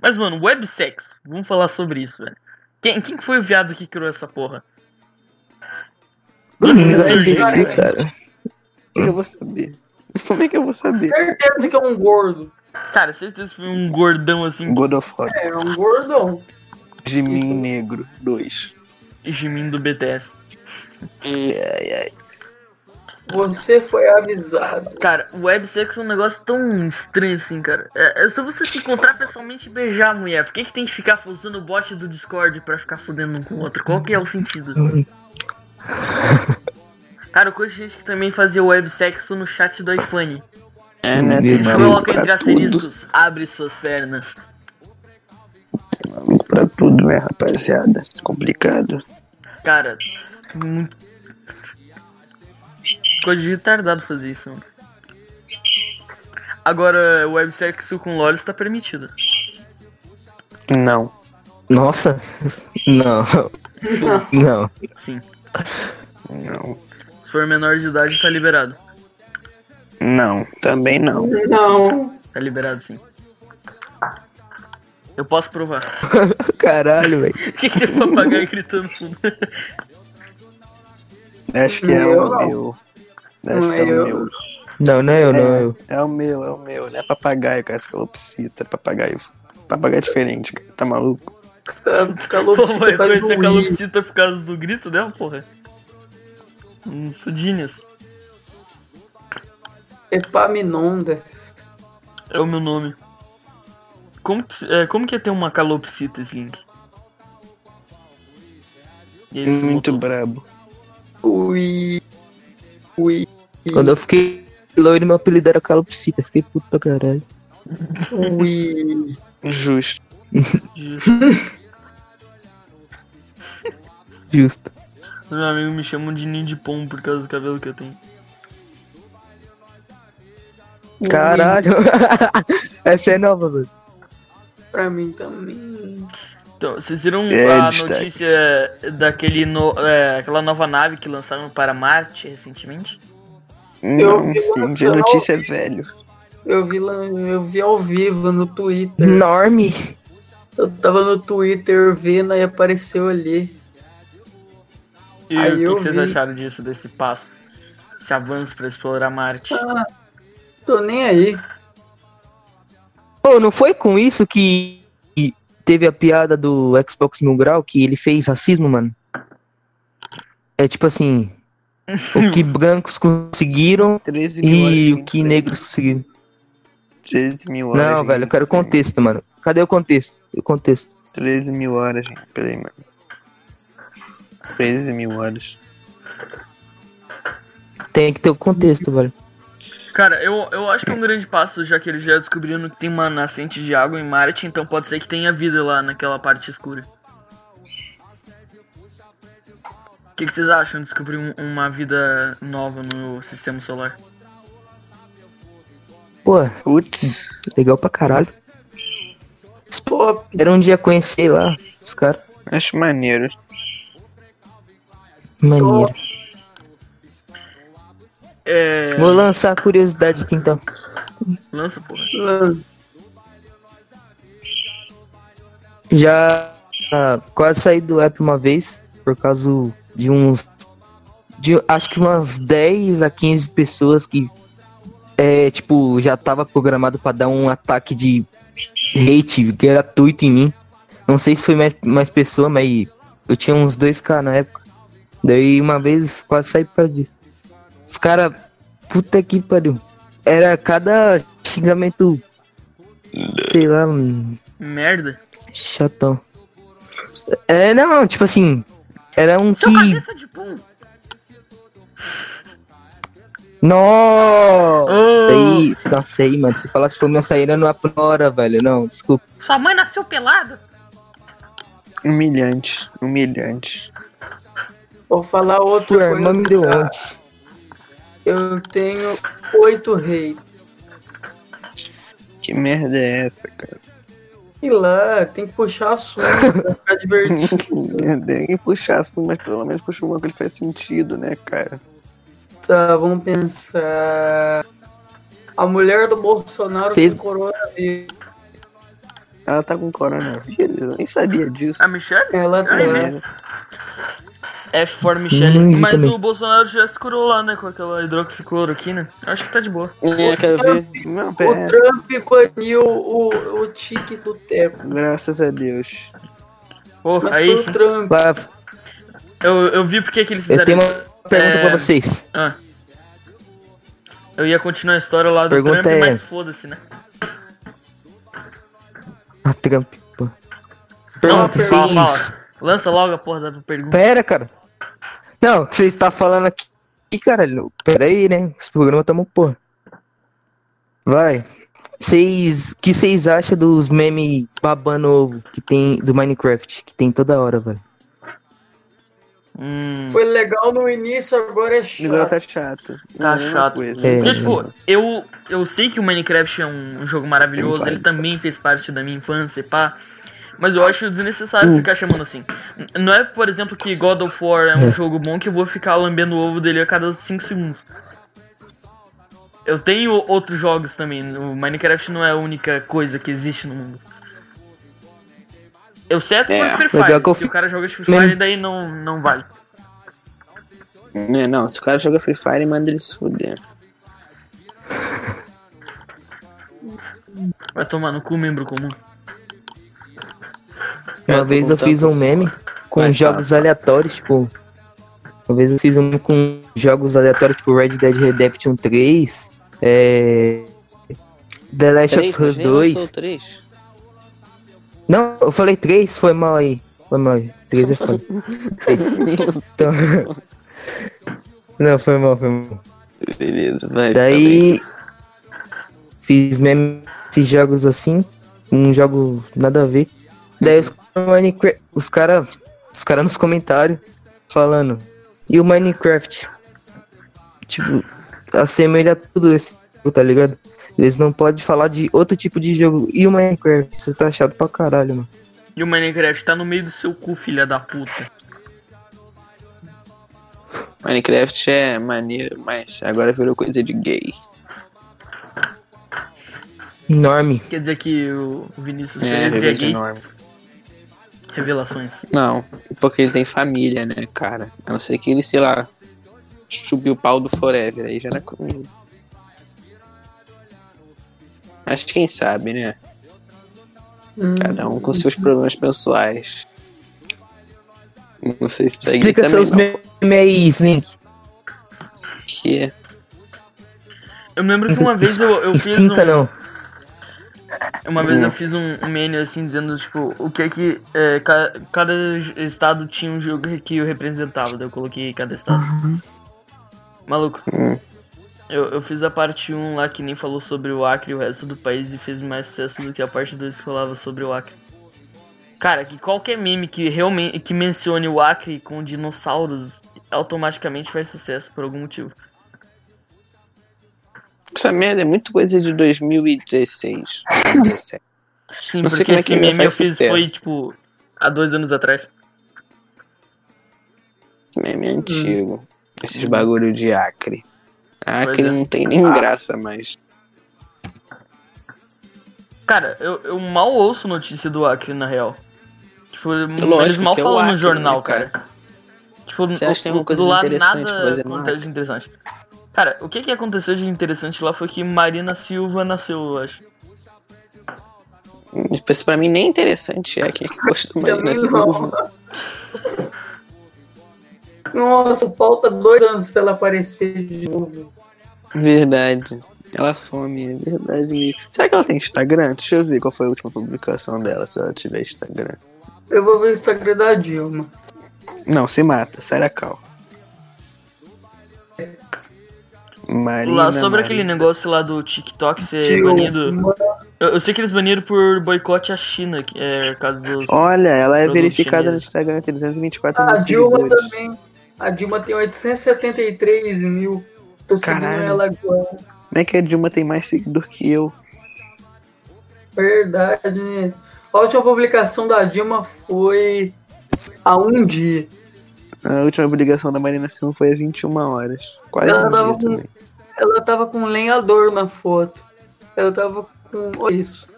Mas, mano, websex. Vamos falar sobre isso, velho. Quem, quem que foi o viado que criou essa porra?
Mano,
Sim,
eu não
sim,
entendi,
sim.
cara.
Como é que eu vou saber? Como é que eu vou saber?
Certeza que é um gordo.
Cara, certeza que foi um gordão assim,
Godofora.
É, um gordão.
De mim
Isso.
negro. Dois.
gemindo do BTS.
Você foi avisado.
Cara, websex é um negócio tão estranho assim, cara. É, é só você se encontrar pessoalmente e beijar a mulher. Por que, que tem que ficar usando o bot do Discord pra ficar fudendo um com o outro? Qual que é o sentido? Cara, eu conheço gente que também fazia websexo no chat do iPhone.
É, né? Tem
Meu
Eles
Maluco
colocam
pra
entre
tudo.
asteriscos, abre suas pernas.
Maluco pra tudo, né, rapaziada? Complicado.
Cara, muito. Coisa de retardado fazer isso. mano. Agora, websexo com lolis tá permitido.
Não.
Nossa. Não. Não.
Sim.
Não.
Se for menor de idade, tá liberado.
Não. Também não.
Não.
Tá liberado sim. Eu posso provar.
Caralho, velho.
O que, que tem papagaio gritando no fundo?
Acho que é
Não,
o
não.
meu. Acho
Não
que
é
é o
eu.
meu.
Não, não é eu, não é eu.
É o meu, é o meu. Não é papagaio, cara. Você falou psita, papagaio. Papagaio é diferente, cara. Tá maluco?
Tá,
Pô,
calopsita
vai
faz
conhecer
um i.
calopsita por causa do grito dela, porra? Hum, Sudinhas.
é Epaminondas.
É o meu nome. Como que, se- é, como que é ter uma calopsita, Slink? E ele se
Muito
botou.
brabo.
Ui. Ui.
Quando eu fiquei loiro, meu apelido era Calopsita. Fiquei puto pra caralho.
Ui.
Justo.
Justo.
Meu amigo me chamam de ninho de pom por causa do cabelo que eu tenho.
ui.
Caralho. Essa é nova, velho.
Pra mim também.
Então, vocês viram
É,
a
destaque.
notícia daquele no, é, aquela nova nave que lançaram para Marte recentemente?
Não,
vi
entendi.
lançar-
notícia é velho.
Eu vi, lá- eu vi ao vivo no Twitter.
Enorme.
Eu tava no Twitter vendo e apareceu ali.
E
Aí
o que,
eu
que vocês
vi.
acharam disso, desse passo? Esse avanço para explorar Marte?
Ah, tô nem aí.
Pô, não foi com isso que teve a piada do Xbox Mil Grau que ele fez racismo, mano? É tipo assim. O que brancos conseguiram
13 mil
e
horas de
o que
emprego.
negros conseguiram.
13 mil horas.
Não,
de
velho, eu quero
emprego.
contexto, mano. Cadê o contexto? O contexto.
13 mil horas, gente. Peraí, mano. 13 mil horas.
Tem que ter o contexto, velho.
Cara, eu, eu acho que é um grande passo, já que eles já descobriram que tem uma nascente de água em Marte, então pode ser que tenha vida lá naquela parte escura. O que, que vocês acham de descobrir um- uma vida nova no sistema solar?
Pô,
Putz.
legal pra caralho.
Pô,
Era um dia conhecer lá os caras.
Acho maneiro.
Maneiro.
É.
Vou lançar a curiosidade aqui então.
Lança, porra.
não.
Já ah, quase saí do app uma vez, por causa de uns. De, acho que umas 10 a 15 pessoas que é, tipo, já tava programado pra dar um ataque de hate gratuito em mim. Não sei se foi mais, mais pessoa, mas eu tinha uns 2k na época. Daí uma vez quase saí por causa disso. Os caras. Puta que pariu. Era cada xingamento. Sei lá, um-
Merda.
Chatão. É, não, tipo assim. Era um
Seu
que.
cabeça de pum!
Nossa,
Oh.
isso, nossa aí, mano. Se falasse pra mim, eu saíra numa é hora, velho. Não, desculpa.
Sua mãe nasceu pelada?
Humilhante, humilhante.
Vou falar outra
Sua irmã
coisa.
me deu ontem.
Eu tenho oito reis.
Que merda é essa, cara?
E lá, tem que puxar assunto pra ficar divertido.
Que merda é? E puxar assim, mas pelo menos puxa uma coisa que faz sentido, né, cara?
Tá, vamos pensar. A mulher do Bolsonaro
Vocês-
com coronavírus.
Ela tá com coronavírus, eu nem sabia disso.
A Michelle?
Ela
Ai,
tá.
merda.
F É, for Michelle.
Hum, eu
Mas
também.
o Bolsonaro já se curou lá, né? Com aquela hidroxicloroquina. Eu acho que tá de boa.
É, quero ver. Não,
O
pera.
Trump baniu o, o tique do tempo.
Graças a Deus.
Pô,
Mas
aí
foi
sim.
o Trump.
Lá,
Eu, eu vi porque que eles
Eu
fizeram
tenho
isso.
uma pergunta
É,
pra vocês.
Ah. Eu ia continuar a história lá do
Pergunta
Trump,
é-
mas foda-se, né?
Ah, Trump, pô.
Não,
Pergunta é pra
fala,
vocês.
fala. Lança logo a porra da pergunta.
Pera, cara. Não, o que vocês tá falando aqui, Ih, caralho. Pera aí, né? Esse programa tá uma porra. Vai. Vocês. O que vocês acham dos memes babando ovo que tem do Minecraft? Que tem toda hora, velho.
Hum.
Foi legal no início, agora é chato.
Agora tá chato.
Tá
É a mesma
chato.
coisa.
É.
Porque, tipo, eu, eu sei que o Minecraft é um jogo maravilhoso,
Vai.
ele também fez parte da minha infância, e pá. Mas eu acho
Hum.
desnecessário ficar chamando assim. N- Não é, por exemplo, que God of War é um
É.
jogo bom que eu vou ficar lambendo o ovo dele a cada 5 segundos. Eu tenho outros jogos também. O Minecraft não é a única coisa que existe no mundo. Eu sei até por
É,
Free
legal
Fire.
que eu
Se
fi-
o cara joga de Free Fire, daí não, não vale.
É, não, se o cara joga Free Fire, manda ele se fuder.
Vai tomar no cu, membro comum.
Uma
Eu tô
vez eu
com
fiz um
tantos-
meme com
Vai,
jogos aleatórios, tipo. Uma vez eu fiz um meme com jogos aleatórios, tipo Red Dead Redemption 3, é. The Last
Três,
of
mas
Us
nem lançou
2.
o três.
Não, eu falei 3, foi mal aí. Foi mal aí. 3 é foda. Então... Não, foi mal, foi mal.
Beleza, vai.
Daí. Fiz meme esses jogos assim. Um jogo nada a ver. Daí os Minecraft. Os cara. Os cara nos comentários falando. E o Minecraft? Tipo, assemelha tudo esse jogo, tá ligado? Eles não podem falar de outro tipo de jogo. E o Minecraft? Você tá achado pra caralho, mano.
E o Minecraft tá no meio do seu cu, filha da puta.
Minecraft é maneiro, mas agora virou coisa de gay.
Enorme.
Quer dizer que o Vinícius
É,
Feliz é
revelação
gay?
enorme.
Revelações.
Não, porque ele tem família, né, cara? A não ser que ele, sei lá, subiu o pau do Forever, aí já não é comigo. Mas quem sabe, né?
Hum.
Cada um com seus problemas pessoais. Não sei se tá
Explica
também
seus
não,
memes aí, Slink.
porque...
Eu me lembro que uma vez eu, eu fiz
Explica
um.
não.
Uma vez
Hum.
eu fiz um, um meme assim dizendo, tipo, o que que. é, ca- cada j- estado tinha um jogo que eu representava. Daí eu coloquei cada estado. Maluco.
Uhum. Hum.
Eu, eu fiz a parte 1 lá que nem falou sobre o Acre e o resto do país e fez mais sucesso do que a parte 2 que falava sobre o Acre. Cara, que qualquer meme que realmente que mencione o Acre com dinossauros automaticamente faz sucesso por algum motivo.
Essa merda é muito coisa de 2016. 2017.
Sim,
Não
porque
sei como é
esse
que ainda
meme eu
faz
fiz foi
sucesso.
tipo há dois anos atrás.
Meme né? É
Hum.
antigo. Esses bagulho de Acre. Acre
Pois é.
não tem nem graça mais.
Cara, eu, eu mal ouço notícia do Acre, na real. Tipo, eles
Lógico,
mal
que é o
falam no
Acre,
jornal,
né,
cara.
cara?
Tipo,
Você acha que tem alguma coisa
do lá
interessante pra
nada
fazer no
acontece de interessante. Cara, o que que aconteceu de interessante lá foi que Marina Silva nasceu, eu acho.
Isso pra mim nem é interessante. É quem gosta do Marina
Também
Silva.
não. Nossa, falta dois anos pra ela aparecer de novo.
Verdade. Ela some, é verdade mesmo. Será que ela tem Instagram? Deixa eu ver qual foi a última publicação dela, se ela tiver Instagram.
Eu vou ver o Instagram da Dilma.
Não, se mata, sai da cal. Marina,
Lá, sobre
Marina.
aquele negócio lá do TikTok ser
Tio,
banido.
mano,
Eu, eu sei que eles baniram por boicote à China, que é por causa dos.
Olha, ela é
Produto
verificada
chinês.
no Instagram, tem 224
a
mil
Ah, Dilma
seguidores.
também. A Dilma tem 873 mil. Tô seguindo
Caralho.
ela agora.
Como é que a Dilma tem mais seguidor que eu?
Verdade, né? A última publicação da Dilma foi há um dia.
A última obrigação da Marina Silva foi às 21 horas. Quase
Ela
um dia
tava com-
também.
Ela tava com um lenhador na foto. Ela tava com. Olha isso.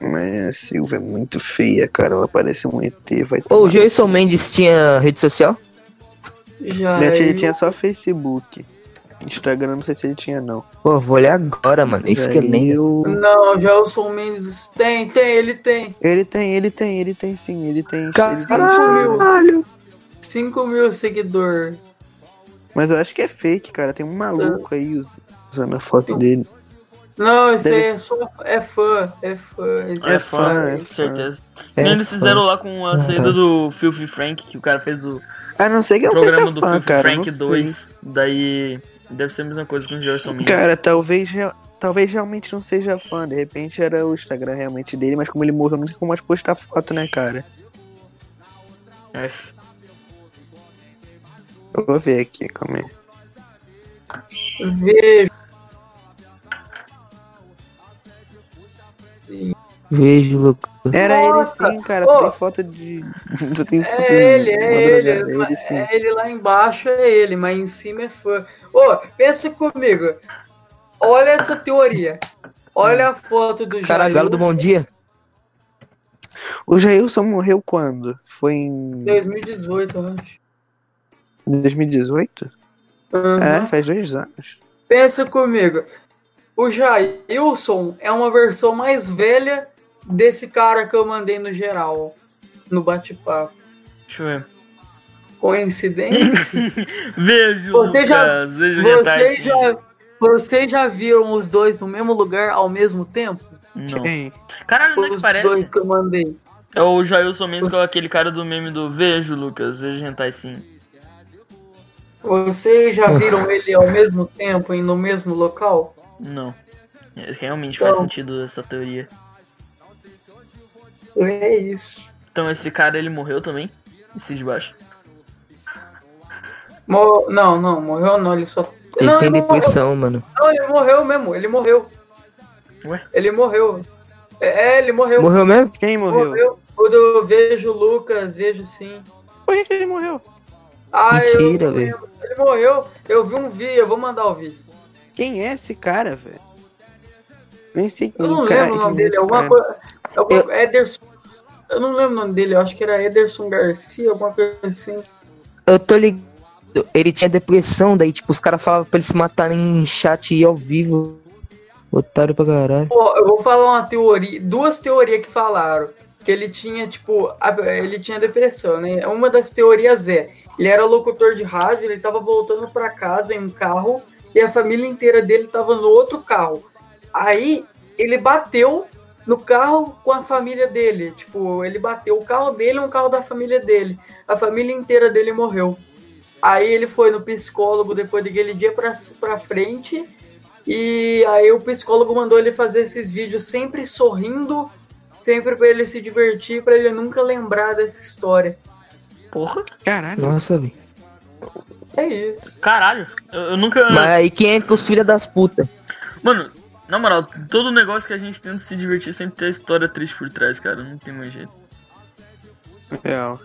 Mas a Silva é muito feia, cara. Ela parece um ET, vai
Ô, o
tomar-
Gerson Mendes tinha rede social?
Já.
Minha tia
aí-
ele tinha só Facebook. Instagram, não sei se ele tinha, não.
Pô, vou olhar agora, mano. É Isso que eu
Daí
lembro.
eu-
Não, Gelson Mendes tem, tem, ele tem.
Ele tem, ele tem, ele tem sim, ele tem. ele tem Instagram.
Caralho!
5 mil seguidor.
Mas eu acho que é fake, cara. Tem um maluco aí us- usando a foto dele.
Não, isso
Deve-
aí é só é fã, é fã. isso
É
é
fã,
fã.
é
com certeza.
É,
Nem eles fizeram lá com a saída
Uhum.
do Filthy Frank, que o cara fez o
A não ser que eu não
programa do
seja fã,
Filthy
cara.
Frank
não sei.
2. Daí deve ser a mesma coisa com o Gerson Mendes.
Cara, talvez, rea- talvez realmente não seja fã. De repente era o Instagram realmente dele, mas como ele morreu, não tem como mais postar foto, né, cara?
É.
Eu vou ver aqui como é.
Vejo.
Vejo, Lucas.
Era
Nossa!
ele sim, cara.
Ô!
Só tem foto de. Só tem foto
É ele, é ele.
madrugada. É ele sim.
É ele lá embaixo, é ele, mas em cima é fã. Ô, pensa comigo. Olha essa teoria. Olha a foto do
Caralho, Galo do
Jair
Bom Dia.
O Jailson morreu quando? Foi em
2018, eu acho.
2018?
Uhum.
É?
Caralho, É, faz dois anos.
Pensa comigo. O Jailson é uma versão mais velha desse cara que eu mandei no geral, no bate-papo.
Deixa eu ver.
Coincidência?
Vejo,
Você
Lucas.
já-
vejo
Vocês
retratinho.
já, vocês já viram os dois no mesmo lugar ao mesmo tempo?
Não.
Quem?
Caralho, não é que
Os
parece?
dois que eu mandei.
É o Jailson Mendes que é aquele cara do meme do Vejo, Lucas, vejo Hentai sim.
Vocês já viram ele ao mesmo tempo e no mesmo local?
Não. É, Realmente
Então-
faz sentido essa teoria.
É isso.
Então esse cara ele morreu também? Esse de baixo.
Mo- não, não, morreu não, ele só.
Ele
não,
tem
ele morreu.
depressão, mano.
Não, ele morreu mesmo, ele morreu.
Ué?
Ele morreu. É, é, ele morreu.
Morreu mesmo?
Quem morreu?
Morreu. Quando eu vejo o Lucas, vejo sim.
Por que, que ele morreu?
Ah, eu-
Mentira, velho.
ele morreu. Eu vi um vídeo, eu vou mandar o vídeo.
Quem é esse cara, velho? Nem sei quem
Eu não
cara-
lembro o nome
quem é
dele,
esse
alguma
cara.
coisa. alguma-
Eu-
Ederson. Eu não lembro o nome dele, eu acho que era Ederson Garcia, alguma coisa assim.
Eu tô ligado. Ele tinha depressão, daí, tipo, os caras falavam pra ele se matar em chat e ao vivo. Otário pra caralho.
Ó, eu vou falar uma teoria, duas teorias que falaram. Que ele tinha, tipo, a- ele tinha depressão, né? Uma das teorias é, ele era locutor de rádio, ele tava voltando pra casa em um carro e a família inteira dele tava no outro carro. Aí ele bateu no carro com a família dele, tipo, ele bateu o carro dele é um carro da família dele. A família inteira dele morreu. Aí ele foi no psicólogo depois daquele dia pra, pra frente e aí o psicólogo mandou ele fazer esses vídeos sempre sorrindo, sempre pra ele se divertir, pra ele nunca lembrar dessa história.
Porra.
Caralho.
Nossa, velho.
É isso.
Caralho. Eu, eu nunca.
Mas aí quem é que os filhos das putas?
Mano, na moral, todo negócio que a gente tenta se divertir sempre tem a história triste por trás, cara. Não tem mais jeito.
Real.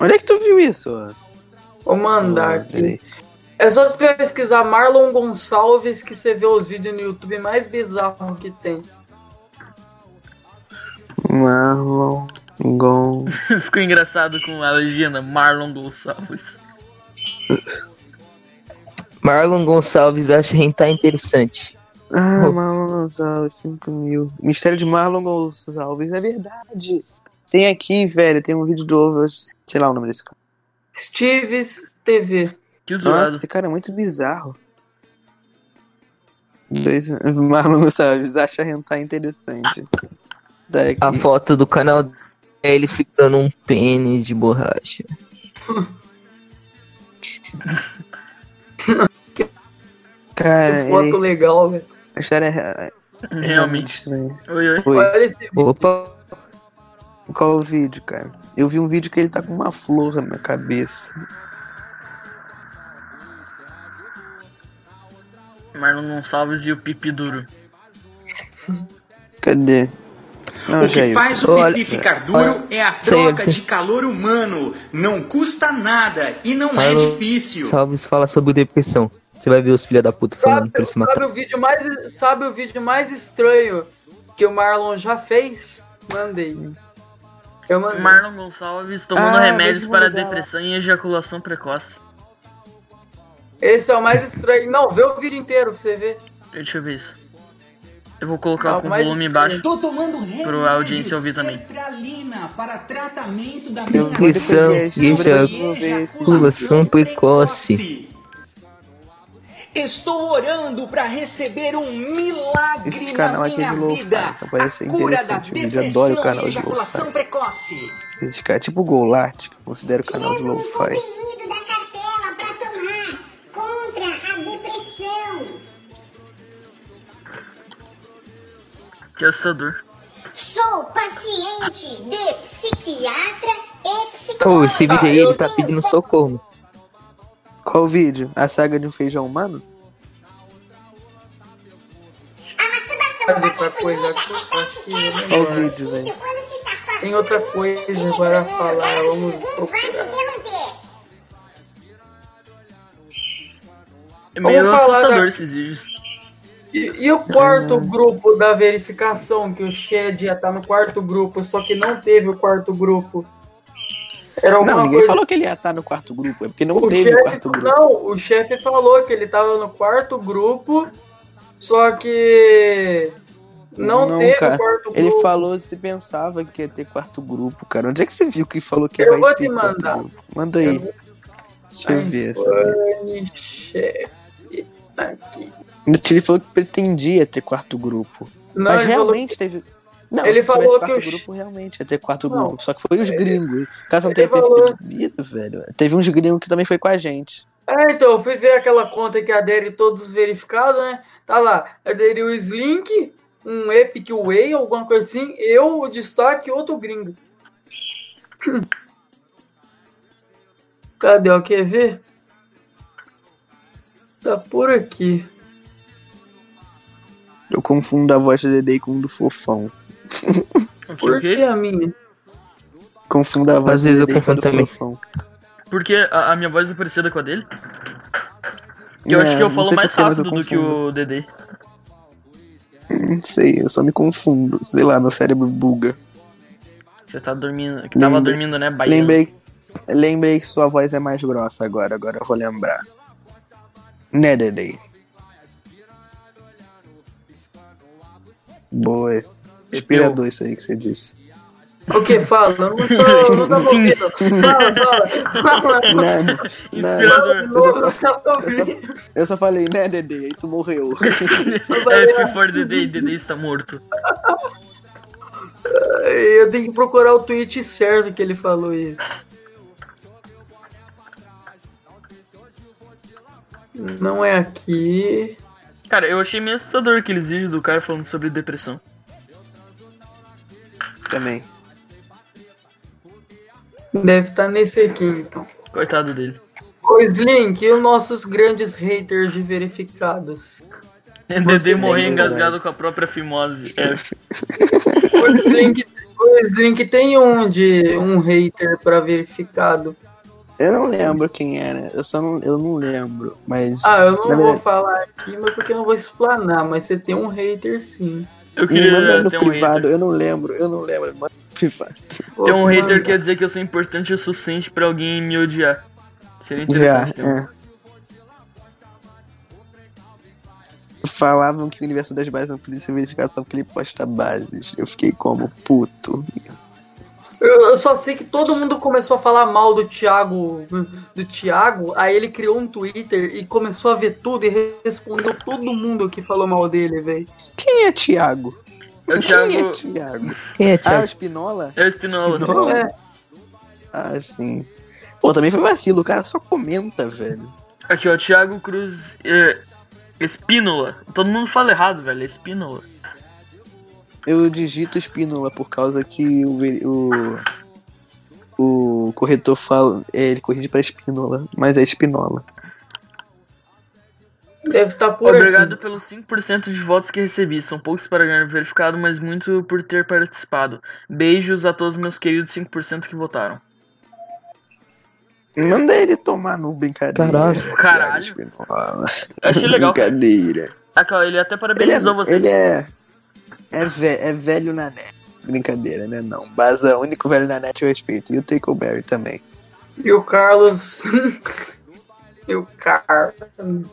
Onde é que tu viu isso?
Vou mandar
Ah,
aqui.
peraí.
É só você pesquisar Marlon Gonçalves que você vê os vídeos no YouTube mais bizarros que tem.
Marlon Gon.
Ficou engraçado com a legenda Marlon Gonçalves.
Marlon Gonçalves acha rentar tá interessante.
Ah,
Oh.
Marlon Gonçalves, 5 mil. Mistério de Marlon Gonçalves, é verdade. Tem aqui, velho, tem um vídeo do Over, sei lá o nome desse cara.
Steves TV.
Que
Nossa,
zoado.
esse cara é muito bizarro. Dois, Marlon Gonçalves, acha rentar interessante. Tá aqui.
A foto do canal é ele segurando um pênis de borracha.
Cara,
Que foto
é-
legal, velho.
a história é, é realmente
Realmente.
estranha.
Oi, oi.
Oi,
Olha esse
Opa,
qual o vídeo, cara? Eu vi um vídeo que ele tá com uma flor na cabeça.
Marlon Gonçalves e o Pipi Duro.
Cadê? Não, é
o que
Jailson.
faz o
Olha,
pipi ficar duro
olha,
é a
sei,
troca
sei.
de calor humano. Não custa nada e não é
Falou.
difícil.
Salves fala sobre depressão. Você vai ver os filha da puta falando
Sabe,
pra ele se
sabe
matar.
o vídeo mais, sabe o vídeo mais estranho que o Marlon já fez? Mandei. Eu mandei.
Marlon Gonçalves tomando
Ah,
remédios
mesmo
para
lugar.
depressão e ejaculação precoce.
Esse é o mais estranho. Não, vê o vídeo inteiro pra você ver.
Deixa eu ver isso. Eu vou colocar
Ah,
com
mas-
volume baixo.
Tô tomando remédio,
audiência ouvir também.
sertralina para tratamento da
Eu
minha
vou depois
Depressão,
ver esse, depois eu vou ver esse.
Ejaculação precoce.
Estou orando para receber um milagre
Esse canal
na
aqui é
minha
de lo-fi,
vida.
então parece ser
a cura
interessante o
da
vídeo, eu adoro o
depressão
canal
e
de lo-fi.
ejaculação precoce.
Esse cara é tipo o Golart, que eu considero o canal de lo-fi.
Um comprimido da cartela para tomar contra a depressão.
Que é assustador.
Sou paciente de psiquiatra e psicólogo.
Ô, esse vídeo aí,
Ah, eu
ele tá pedindo socorro.
Qual o vídeo? A saga de um feijão humano?
A masturbação
Sabe
não
outra é coisa que eu acho
é praticada
Qual o
melhor?
vídeo, velho?
quando se está sozinho.
Tem outra
em
coisa
segredo,
para
em um
falar,
lugar onde
vamos
ninguém vai te
procurar.
interromper.
É meio
Vamos falar
assustador
da-
esses vídeos.
E, e o
Uhum.
quarto grupo da verificação, que o Shed ia tá no quarto grupo, só que não teve o quarto grupo. Era alguma
Não, ninguém
É coisa.
falou que ele ia estar no quarto grupo, é porque não
o tá
teve
chefe,
o quarto grupo.
Não, o chefe falou que ele tava no quarto grupo, só que não,
Não,
teve
cara,
o quarto
Ele
grupo.
falou se pensava que ia ter quarto grupo, cara. Onde é que você viu que falou que
Eu
vai
vou
ter
te
quarto
mandar.
grupo? Manda aí. Deixa eu
Ai,
ver essa.
Pane, chefe. Aqui.
Ele falou que pretendia ter quarto grupo.
Não,
Mas
ele falou
realmente teve. Não,
Ele
se
falou
tivesse
que
quarto
o-
grupo, realmente ia ter quarto
Não.
grupo. Só que foi os gringos. Caso não
ele
tenha
falou-
percebido, velho. Teve uns gringos que também foi com a gente.
É, então, eu fui ver aquela conta que adere todos os verificados, né? Tá lá, aderiu o Slink, um Epic Way, alguma coisa assim, eu, o Destaque e outro gringo. Cadê? Ó, quer ver? Tá por aqui.
Eu confundo a voz do Dedei com o do fofão.
O que, o
Por que
quê?
a minha?
Confundo a voz
Às
do
vezes eu
Dedei com a do
confundo também.
fofão.
Porque a, a minha voz é parecida com a dele. Que eu
É,
acho que eu
não
falo
sei
mais
porquê, mas eu
rápido do que
confundo.
o Dedê.
Não sei, eu só me confundo. Sei lá, meu cérebro buga.
Você tá dormindo. Que tava
Lembrei-
dormindo, né, Baiano?
Lembrei, lembrei que sua voz é mais grossa agora. Agora eu vou lembrar. Né, Dedei? Boa. Inspirador isso aí que você disse.
O que? Fala, eu não tô, não tava ouvindo. Fala, fala, fala.
Não, não,
Inspirador.
Eu não tava ouvindo.
Né? eu só falei, né, Dedê? Aí tu morreu.
É, F for Dedê, Dedê está morto.
Eu tenho que procurar o tweet certo que ele falou isso. Não é aqui.
Cara, eu achei meio assustador aqueles vídeos do cara falando sobre depressão.
Também.
Deve estar nesse aqui, então.
Coitado dele.
Ô, Slink, e os nossos grandes haters de verificados?
Dedê morreu
tem
engasgado com a própria fimose. É,
O Slink, o Slink tem um de um hater pra verificado.
Eu não lembro quem era. Eu só não, eu não lembro. Mas.
Ah, eu
Na
não vou
verdade-
falar aqui, mas porque eu não vou explanar, mas você tem um hater sim.
eu
me manda
queria
no
ter um hater.
privado. Eu não lembro. Eu não lembro. Manda no privado.
Ter um
Vou
hater
mandar.
quer dizer que eu sou importante o suficiente pra alguém me odiar. Seria
Já.
interessante ter um.
É. Falavam que o universo das bases não podia ser verificado só porque ele posta bases. Eu fiquei como? Puto.
Eu, eu só sei que todo mundo começou a falar mal do Thiago, do Thiago, aí ele criou um Twitter e começou a ver tudo e respondeu todo mundo que falou mal dele, velho.
Quem é Thiago?
É o
Quem é
Thiago.
Thiago?
Quem é,
Ah, o
Thiago?
Espinola?
É o Espinola.
Espinola?
É.
Ah, sim. Pô, também foi vacilo, o cara só comenta, velho.
Aqui, ó, Thiago Cruz é, Espínola. Todo mundo fala errado, velho. É Espínola.
Eu digito espínola por causa que o. veri- o o corretor fala, é, ele corrige pra espínola, mas é espinola.
Deve estar por
Obrigado
aqui.
pelos 5% de votos que recebi. São poucos para ganhar verificado, mas muito por ter participado. Beijos a todos meus queridos 5% que votaram.
Manda ele tomar no brincadeira.
Caralho.
Thiago
Caralho.
Espinola.
Achei legal.
Brincadeira.
Aqui, ó, ele até
Ele é,
parabenizou vocês.
ele é, é, ve- é velho na net. Brincadeira, né? Não. Baza, o único velho na net eu respeito. E o Tackleberry também.
E o Carlos. e o Carlos.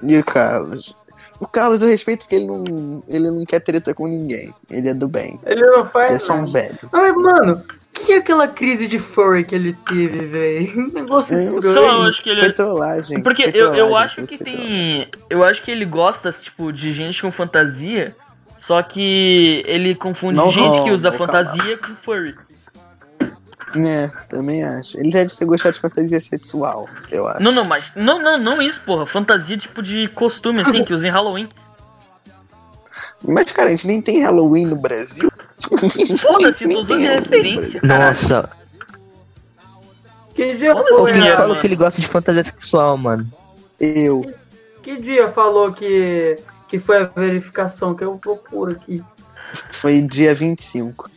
E o Carlos. O Carlos eu respeito porque ele não, ele não quer treta com ninguém. Ele é do bem.
Ele não faz.
Ele é só um
nada.
velho.
Ai, mano, que é aquela crise de furry que ele teve, velho? Um negócio
Eu não
estranho.
Sei lá, eu acho que ele é-
Foi trollagem.
Porque
foi
eu, eu
trollagem,
acho
foi
que
trollagem.
tem. Eu acho que ele gosta, tipo, de gente com fantasia. Só que ele confunde
Não,
gente que
não,
usa
não,
fantasia com furry.
É, também acho. Ele deve ser gostar de fantasia sexual, eu acho.
Não, não, mas. Não, não, não isso, porra. Fantasia tipo de costume, assim, que usa em Halloween.
Mas, cara, a gente nem tem Halloween no Brasil.
Foda-se,
Nem
tô usando
tem
de
Halloween no
referência, caralho.
Nossa,
Que dia
Foda-se,
foi?
minha
a-
mano.
fala que ele gosta de fantasia sexual, mano.
Eu.
Que dia falou que, que foi a verificação? Que eu procuro aqui.
Foi dia 25.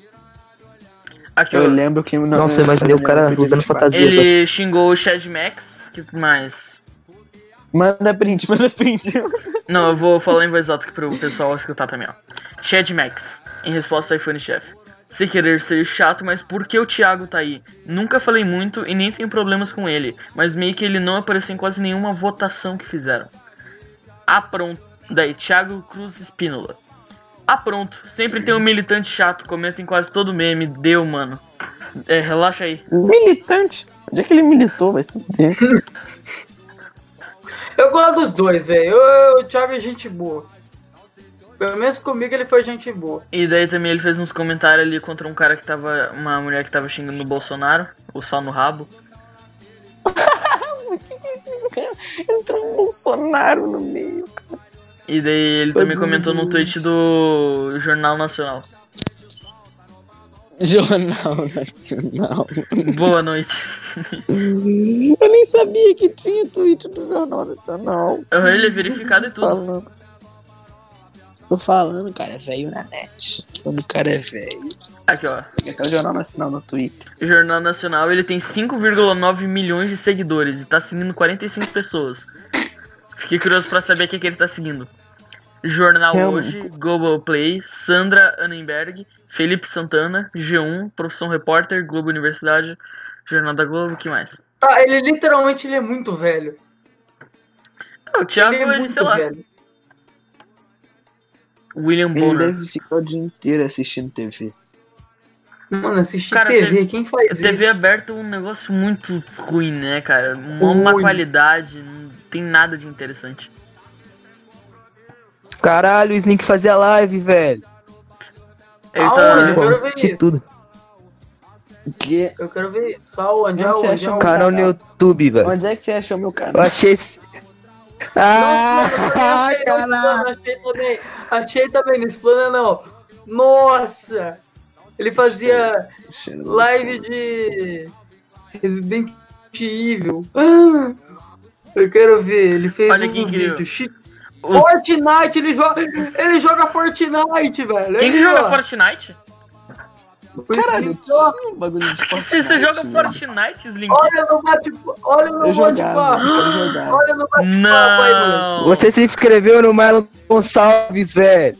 Aqui, ó,
Eu lembro que.
Ah. Nossa, eu imaginei o cara usando fantasia.
ele xingou o Chad Max, que mais?
Manda print, manda print.
Não, eu vou falar em voz alta aqui pro pessoal escutar também, ó. Chad Max, em resposta ao iPhone chefe. Se querer ser chato, mas por que o Thiago tá aí? Nunca falei muito e nem tenho problemas com ele, mas meio que ele não apareceu em quase nenhuma votação que fizeram. Ah, pronto. Daí, Thiago Cruz Espínola. Ah, pronto. Sempre tem um militante chato, comenta em quase todo meme. Deu, mano. É, relaxa aí.
Militante? Onde é que ele militou? Vai se fuder.
Eu gosto dos dois, velho. Eu- O Thiago é gente boa. Pelo menos comigo ele foi gente boa.
E daí também ele fez uns comentários ali contra um cara que tava. Uma mulher que tava xingando o Bolsonaro, o sal no rabo.
Entrou um Bolsonaro no meio.
E daí ele também comentou no tweet do Jornal Nacional.
Jornal Nacional.
Boa noite.
Eu nem sabia que tinha tweet do Jornal Nacional.
Aham, ele é verificado e tudo.
Falando. Tô falando, cara, é velho na net. Quando o cara é velho.
Aqui, ó.
Tem até o Jornal Nacional no Twitter.
O Jornal Nacional ele tem 5,9 milhões de seguidores e tá seguindo 45 pessoas. Fiquei curioso pra saber o que, que ele tá seguindo. Jornal
É um-
Hoje, Global Play, Sandra Annenberg, Felipe Santana, G1, Profissão Repórter, Globo Universidade, Jornal da Globo, o que mais?
Tá, ele literalmente ele é muito velho.
Ah, o Thiago,
ele é
ele, sei
muito
lá,
velho.
William
Ele
Bonner.
deve ficar o dia inteiro assistindo TV.
Mano, assistir
Cara,
TV,
TV
quem faz
TV
isso?
aberta é um negócio muito ruim, né, cara? Uma, uma
Ruim.
qualidade, não tem nada de interessante.
Caralho, o Slink fazia live, velho.
Ele
Aonde?
tá...
Eu quero ver
De
isso.
tudo.
Que?
Eu quero ver isso. Aonde?
Onde
Aonde?
você acha um
aonde?
Canal no YouTube, velho.
Onde é que você achou meu
Eu
canal?
achei esse.
Nossa,
Ah,
mano, eu achei, no
caralho.
Explana, achei também. Achei também, não explana não. Nossa! Ele fazia live de Resident Evil. Ah, eu quero ver, ele fez
Olha
um
quem
vídeo.
criou.
Chi-
O-
Fortnite, ele joga, ele joga Fortnite, velho.
Quem que
Aí,
joga
ó,
Fortnite?
o
Caralho,
Slink-
que é um bagulho de
Você, você
Fortnite,
joga
né?
Fortnite, Slink?
Olha no bate Olha no
Eu jogava,
bate-papo.
eu
é
jogava.
Olha no bate-papo aí, moleque.
Não!
Você se inscreveu no Marlon Gonçalves, velho.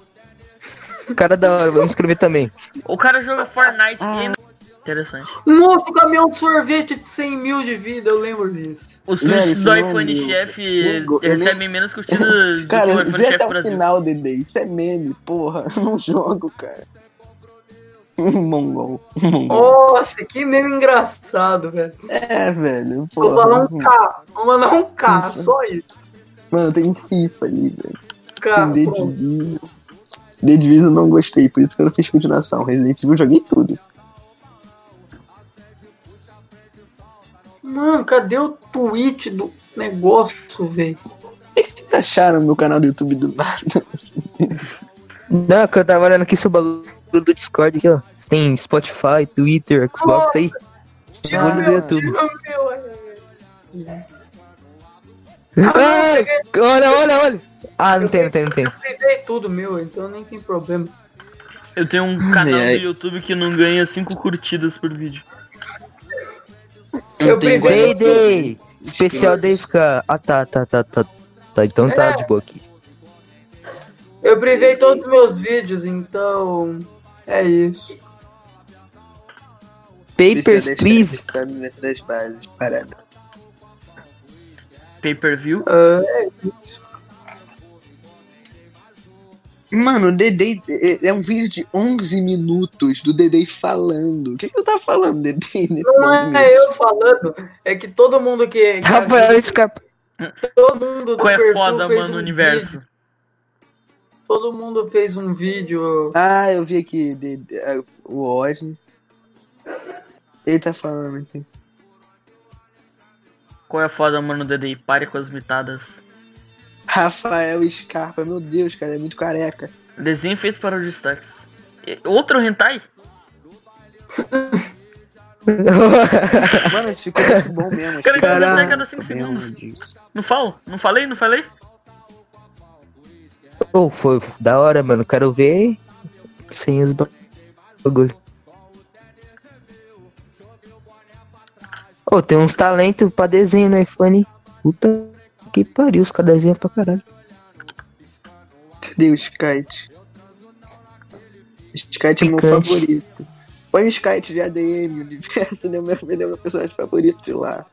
Cara da hora, vamos escrever também.
O cara joga Fortnite
Ah.
game. Interessante.
Nossa, o caminhão de um sorvete de 100 mil de vida, eu lembro disso.
Os
Velho,
tweets
isso
do
não é
iPhone
meu.
Chef
Eu nem-
recebem menos curtidas do
Cara,
que o
eu
iPhone
vi até
Chef
o
Brasil.
final, Dedê. Isso é meme, porra. Eu Não jogo, cara. Mongol. Mongol.
Nossa, que meme engraçado, velho.
É, velho.
Vou mandar
Porra. né?
um K, vou mandar um K, só isso.
Mano, tem FIFA ali, velho.
Ah,
K,
Tem The
pronto.
Division. The Division eu não gostei, por isso que eu não fiz continuação. Resident Evil eu joguei tudo.
Mano, cadê o tweet do negócio, velho?
O que vocês acharam do meu canal do YouTube do nada? assim?
Não, que eu tava olhando aqui seu bagulho do Discord aqui, ó. Tem Spotify, Twitter, Xbox aí.
Tira
Olha
o
no
meu,
YouTube.
tira o meu. é.
Ah, olha, olha, olha. Ah, não tem, não tem, não tem.
Privei tudo meu, então nem tem problema.
Eu tenho um canal
É.
do YouTube que não ganha 5 curtidas por vídeo.
Eu
tenho
privei
guarda-
Payday! Especial 10k. Ah, tá, tá, tá, tá. Tá, então tá de boa aqui.
Eu privei todos os meus vídeos, então é isso.
Papers, please.
das bases, parada.
Pay per view.
Ah, é isso.
Mano, o Dedei é- é um vídeo de 11 minutos do Dedei falando. O que, que eu tava falando, Dedei? nesses
Não
11
é
minutos?
eu falando, é que todo mundo que. que
Rafael Scarpa.
todo mundo do
Qual é
perfil
foda,
fez
mano,
um
universo?
vídeo. todo mundo fez um vídeo.
Ah, eu vi aqui de, de- ah, o Osni. Ele tá falando aqui.
Qual é foda, mano, Dedei? Pare com as mitadas.
Rafael Scarpa, meu Deus, cara, é muito careca.
Desenho feito para os destaques. E- Outro hentai?
Mano, esse ficou muito bom mesmo.
Cara, isso é
Caralho.
hentai a cada 5 segundos. Não falo? Não falei? Não falei?
Pô, foi da hora, mano. Quero ver sem os ba- bagulho. Ô, tem uns talentos pra desenho no iPhone. Puta que pariu, os caras desenham pra caralho.
Cadê o Skite? Skite é meu
Skite.
favorito. Põe o Skite de ADM, universo, ele é o meu, ele é o meu personagem favorito de lá.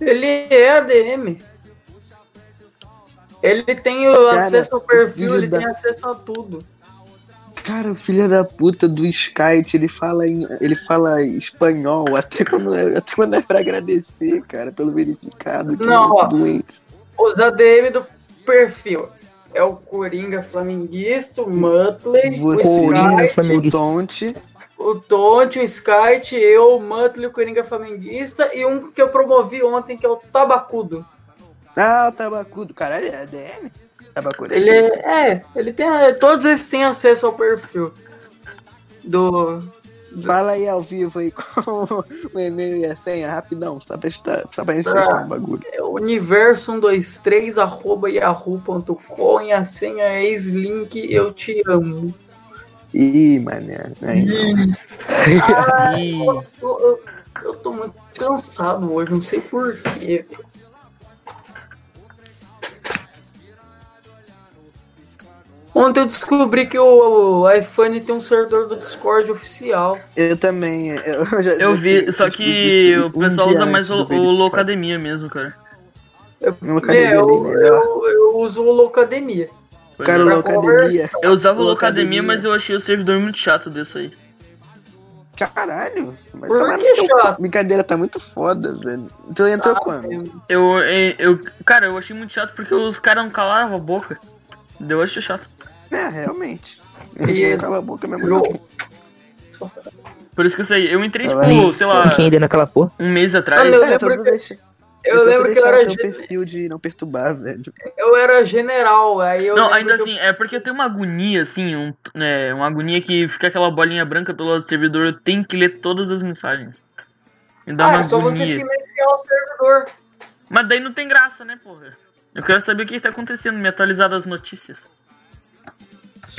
Ele é ADM. Ele tem o
Cara,
acesso ao
o
perfil, ele
vídeo
tem acesso a tudo.
Cara, o filho da puta do Skite, ele fala, em- ele fala espanhol até quando, é, até quando é pra agradecer, cara, pelo verificado. Que
Não, ó.
doente.
Os ADM do perfil. É o Coringa Flamenguista, o Muttley, o
Você,
Coringa
Sky,
o
Flamenguista.
Tonte,
O Tonte, o Skite, eu, o Mantle, o Coringa Flamenguista e um que eu promovi ontem, que é o Tabacudo.
Ah, o Tabacudo. Caralho, é ADM? Tabacudo.
Ele é. é, ele tem. Todos eles têm acesso ao perfil do.
Fala aí ao vivo aí com o e-mail e a senha, rapidão, só pra, esta- só pra gente
Ah.
testar um bagulho.
é, universo123 arroba yahoo.com e a senha é eslink eu te amo.
Ih, mané. né? Aí,
Ih,
Eu tô, eu, eu tô muito cansado hoje, não sei porquê. Ontem eu descobri que o, o iPhone tem um servidor do Discord oficial.
Eu também. Eu, já-
eu
já tive-
vi, só
eu disse
que o
um
pessoal
dia
usa mais
antes
o,
do
o
verificado.
Locademia mesmo, cara.
No Locademia
É,
é bem
eu,
melhor.
eu, eu uso o Locademia.
Pois
Cara, o
é.
pra
Locademia.
eu usava o Locademia,
Locademia.
mas eu achei o servidor muito chato desse aí.
Caralho. Mas
Por
tá
que
muito-
chato?
Brincadeira, tá muito foda, velho. Tu
Ah,
entrou quando?
Eu, eh, eu, eu- cara, eu achei muito chato porque os caras não calavam a boca. Deu achei chato.
É, realmente.
E-
Eu cala a boca mesmo.
Entrou.
Por isso que eu saí. Eu entrei,
Ela
tipo,
é
sei lá,
Quem ainda naquela porra?
um mês atrás.
Olha, Eu
É, só
lembro
tu
que-
deixa-
Eu
só tu
lembro que eu
deixar
era,
o teu
gen-
perfil de não perturbar, velho.
eu era general, aí eu
Não,
lembro
ainda
que eu-
assim, é porque eu tenho uma agonia, assim, um, né, uma agonia que fica aquela bolinha branca pelo lado do servidor, eu tenho que ler todas as mensagens. Me dá
Ah,
uma
é só você
agonia.
silenciar o servidor.
Mas daí não tem graça, né, porra? Eu quero saber o que tá acontecendo, me atualizar das notícias.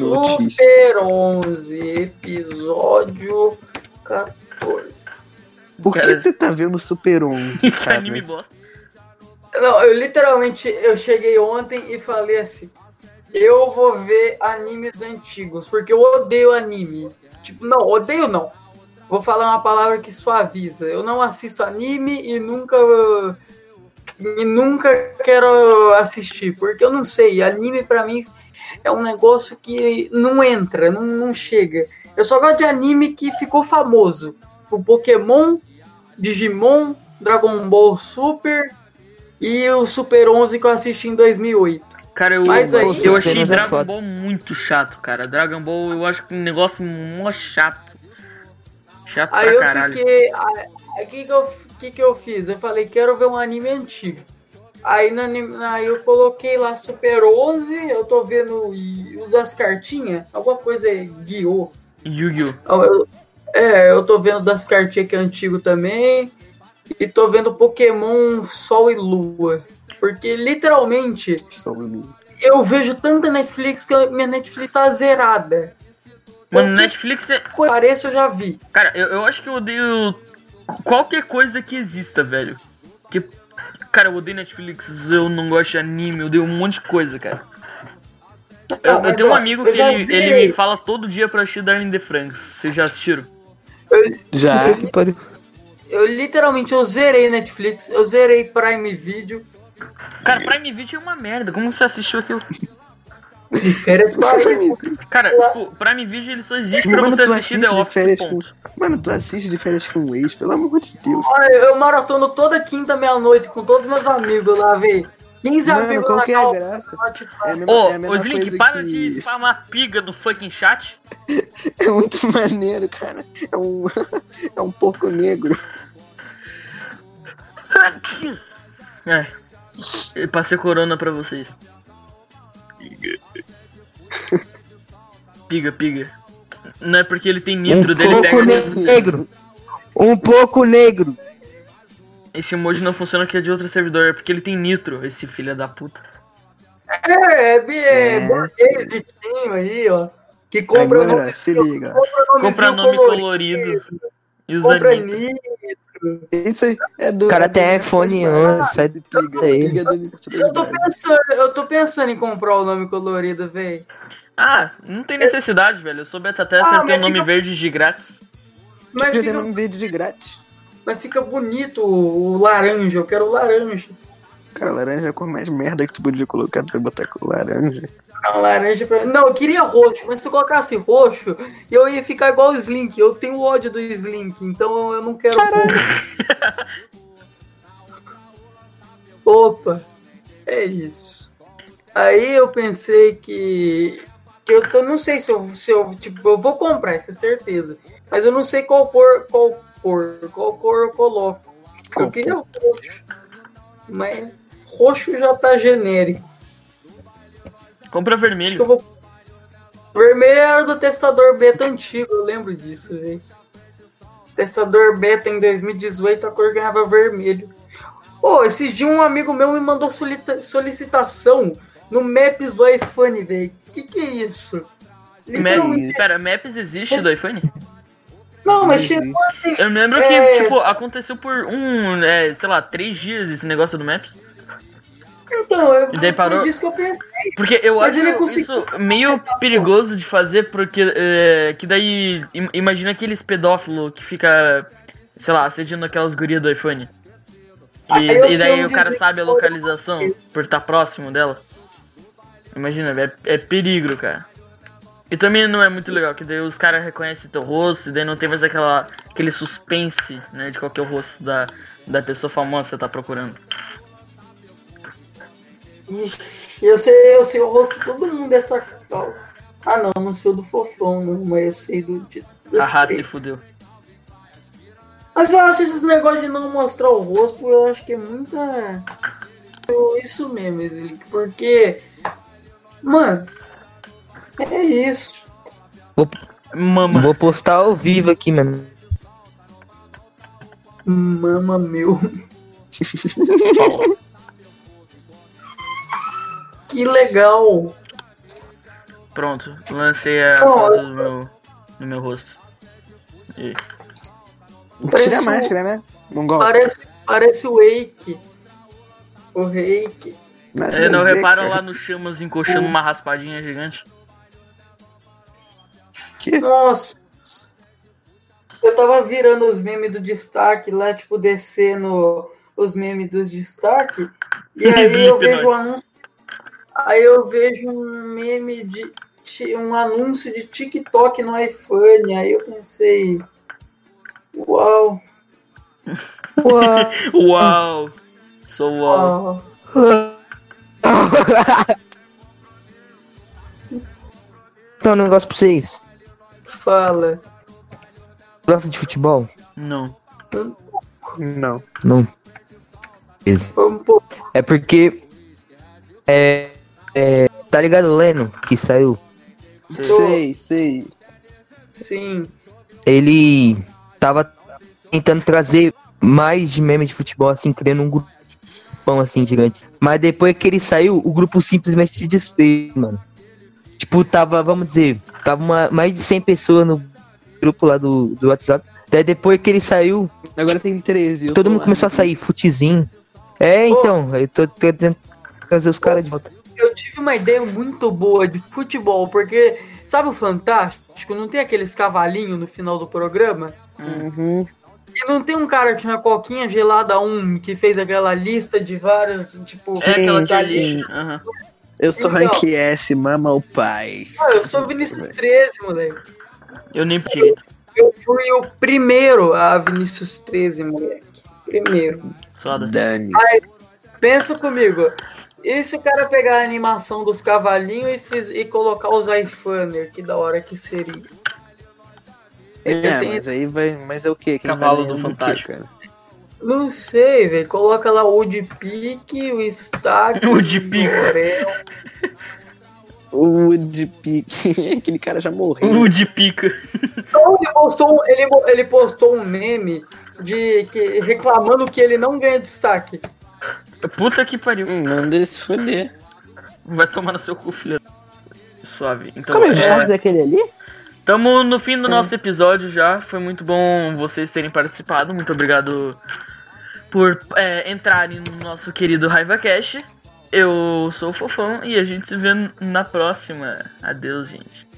Notícia.
Super 11, episódio 14.
Por que
Cara.
você tá vendo Super 11,
que
cara?
anime bosta.
Não, eu literalmente eu cheguei ontem e falei assim: eu vou ver animes antigos, porque eu odeio anime. Tipo, não, odeio não. Vou falar uma palavra que suaviza. Eu não assisto anime e nunca e nunca quero assistir, porque eu não sei, anime pra mim é um negócio que não entra, não, não chega. Eu só gosto de anime que ficou famoso. O Pokémon, Digimon, Dragon Ball Super, e o Super 11 que eu assisti em 2008.
Cara, eu,
Mas aí-
eu achei
Apenas a
Dragon
foto.
Ball muito chato, cara. Dragon Ball eu acho que um negócio mó chato. Chato
Aí
pra
eu
caralho.
fiquei. Aí o que, que, eu, que, que eu fiz? Eu falei, quero ver um anime antigo. Aí, no anime- aí eu coloquei lá Super 11, eu tô vendo e, o das cartinhas, alguma coisa guiou.
Yu-Gi-Oh!
É, eu tô vendo das cartinhas que é antigo também. E tô vendo Pokémon Sol e Lua. Porque literalmente
Sou eu.
eu vejo tanta Netflix que eu- minha Netflix tá zerada.
Mano,
que-
Netflix é.
Coisa que pareça, eu já vi.
Cara, eu, eu acho que eu odeio qualquer coisa que exista, velho. Que. Cara, eu odeio Netflix, eu não gosto de anime, eu odeio um monte de coisa, cara. Eu,
Ah,
eu
mas,
tenho um
ó,
amigo
eu
que
já
ele,
vi-
ele me fala todo dia pra assistir Darling in the Franks. Vocês já assistiram?
Já.
Que pariu.
Eu literalmente eu zerei Netflix, eu zerei Prime Video.
Cara, Prime Video é uma merda. Como você assistiu aquilo?
De férias com a Prime.
Cara, tipo, Prime Video ele só existe pra
Mano,
você
tu
assistir
assiste
The
de
Office,
férias com.
ponto.
Mano, tu assiste de férias com o ex, pelo amor de Deus.
Ah, Eu maratono toda quinta meia-noite com todos meus amigos lá, velho. 15
Mano,
amigos
qual
na tipo,
que é a
cal-
graça?
Spotify.
É a mesma,
Ô,
é a
ô
mesma
Slink,
coisa
para
que...
de spamar piga no fucking chat.
É muito maneiro, cara. É um, é um porco negro.
É. Eu passei corona pra vocês. Piga. Piga, piga. Não é porque ele tem nitro
um
dele é
pouco
pega.
pega-
negro. Um pouco negro.
Esse emoji não funciona que é de outro servidor, é porque ele tem nitro, esse filho da puta.
É, é, bi- é,
É.
burguês de time aí, ó. Que compra
Agora,
nome-
se liga.
compra nomezinho
Compra nome colorido. E usa
Compra
nitro.
Nitro.
Isso aí é do.
O cara
é do
tem
universo
iPhone
das
11,
bases,
sai
esse piga,
daí.
piga do universo das
Eu tô
bases.
pensando, eu tô pensando em comprar o nome colorido, velho.
Ah, não tem necessidade, velho. Eu sou beta tester,
Ah,
ele tem o
mas
nome
fica-
verde de grátis.
Mas
Podia ter
fica,
um vídeo de grátis.
mas fica bonito o, o laranja, eu quero o laranja.
Cara, laranja é a cor mais merda que tu podia colocar. Tu vai botar com laranja.
Não, laranja pra... Não, eu queria roxo, mas se eu colocasse roxo, eu ia ficar igual o Slink. Eu tenho ódio do Slink, então eu não quero. Opa, é isso. Aí eu pensei que. que eu tô, não sei se eu, se eu. Tipo, eu vou comprar, essa é certeza. Mas eu não sei qual cor. Qual cor, qual cor eu coloco.
Qual
eu queria roxo. Mas roxo já tá genérico.
Compra
Acho que eu
vermelho.
vou. Vermelho era do testador beta antigo, eu lembro disso, velho. Testador beta em 2018, a cor ganhava vermelho. Pô, esses dias um amigo meu me mandou solita- solicitação no Maps do iPhone, velho. Que que é isso? Literalmente-
Maps, pera, Maps existe do iPhone?
Não, mas chegou assim.
Eu me lembro
É.
que, tipo, aconteceu por um, é, sei lá, três dias esse negócio do Maps.
Então, eu,
E daí parou?
foi disso que eu pensei.
Porque eu
Mas ele
acho
conseguiu
isso meio
compensação.
perigoso de fazer, porque é, que daí im- imagina aqueles pedófilo que fica, sei lá, assediando aquelas gurias do iPhone.
Ah,
E,
eu
e
sei
daí
onde
o cara
isso
sabe a
foi.
localização por estar próximo dela. Imagina, é, é perigo, cara. E também não é muito legal, que daí os caras reconhecem teu rosto, e daí não tem mais aquela, aquele suspense, né, de qual que é o rosto da, da pessoa famosa que você tá procurando.
Ixi, Eu sei, eu sei o rosto de todo mundo dessa cal. Ah não, não sei o do fofão, não, mas eu sei do. De, dos
Ah, se
três.
fudeu.
Mas eu acho esses negócios de não mostrar o rosto, eu acho que é muita. Eu- Isso mesmo, Slick, porque. Mano, é isso.
Mama.
Vou postar ao vivo aqui, mano.
Mama meu. que legal.
Pronto, lancei a
Pô,
foto do meu, do meu rosto. E-
Tira a
Parece um-
máscara, né? Não gosta.
Parece, parece o Eike. O Reiki.
Nada
É,
a
não
ver,
reparam
cara.
lá no Chamas encoxando uma raspadinha gigante?
Que?
Nossa. Eu tava virando os memes do destaque lá, tipo, descendo os memes dos destaque. E aí eu vejo um anúncio. Aí eu vejo um meme de. ti- Um anúncio de TikTok no iPhone. Aí eu pensei. Uau,
Uau.
Uau! Sou uau.
uau.
Então, um negócio pra vocês.
Fala.
Gosta de futebol?
Não.
Não.
Não.
Foi um pouco.
É porque. É. é, tá ligado o Leno, que saiu?
Sei, sei.
Sim.
Ele tava tentando trazer mais de meme de futebol, assim, criando um grupão assim gigante. Mas depois que ele saiu, o grupo simplesmente se desfez, mano. Tipo, tava, vamos dizer, tava uma- mais de 100 pessoas no grupo lá do, do WhatsApp. Daí depois que ele saiu,
Agora tem 13. eu
todo
tô
mundo
lá. né?
começou a sair, futezinho. É,
Ô.
então, eu tô tentando trazer os caras de volta.
Eu tive uma ideia muito boa de futebol, porque sabe o Fantástico? Não tem aqueles cavalinhos no final do programa?
Uhum.
E não tem um cara que tinha Coquinha Gelada 1 que fez aquela lista de vários, tipo.
É aquela
Sim,
que
sim.
ali. Aham.
Eu sou
Então.
rank S, mama o pai.
Ah, eu sou Vinícius 13, moleque.
Eu nem direito.
Eu fui o primeiro a Vinícius 13, moleque. Primeiro.
Foda.
Dani.
Pensa comigo. E se o cara pegar a animação dos cavalinhos e, fiz- e colocar os iFunner, que da hora que seria.
É,
tenho-
mas aí vai. Mas é o quê?
Cavalo
vai
do
lendo o quê,
Fantástico.
cara?
Não sei, velho. Coloca lá o de pique, o Stack,
O de pique.
Orel.
O Woody Pique. Aquele cara já morreu.
Uh, de pica.
Então, ele postou, um- ele, ele postou um meme de que, reclamando que ele não ganha destaque.
Puta que pariu.
Hum, Manda ele se foder.
Vai tomar no seu cu, filha. Suave. Então,
Como é o
é,
Chaves é aquele ali?
Tamo no fim do nosso episódio já. Foi muito bom vocês terem participado. Muito obrigado por é, entrarem no nosso querido Raiva Cash. Eu sou o Fofão e a gente se vê na próxima. Adeus, gente.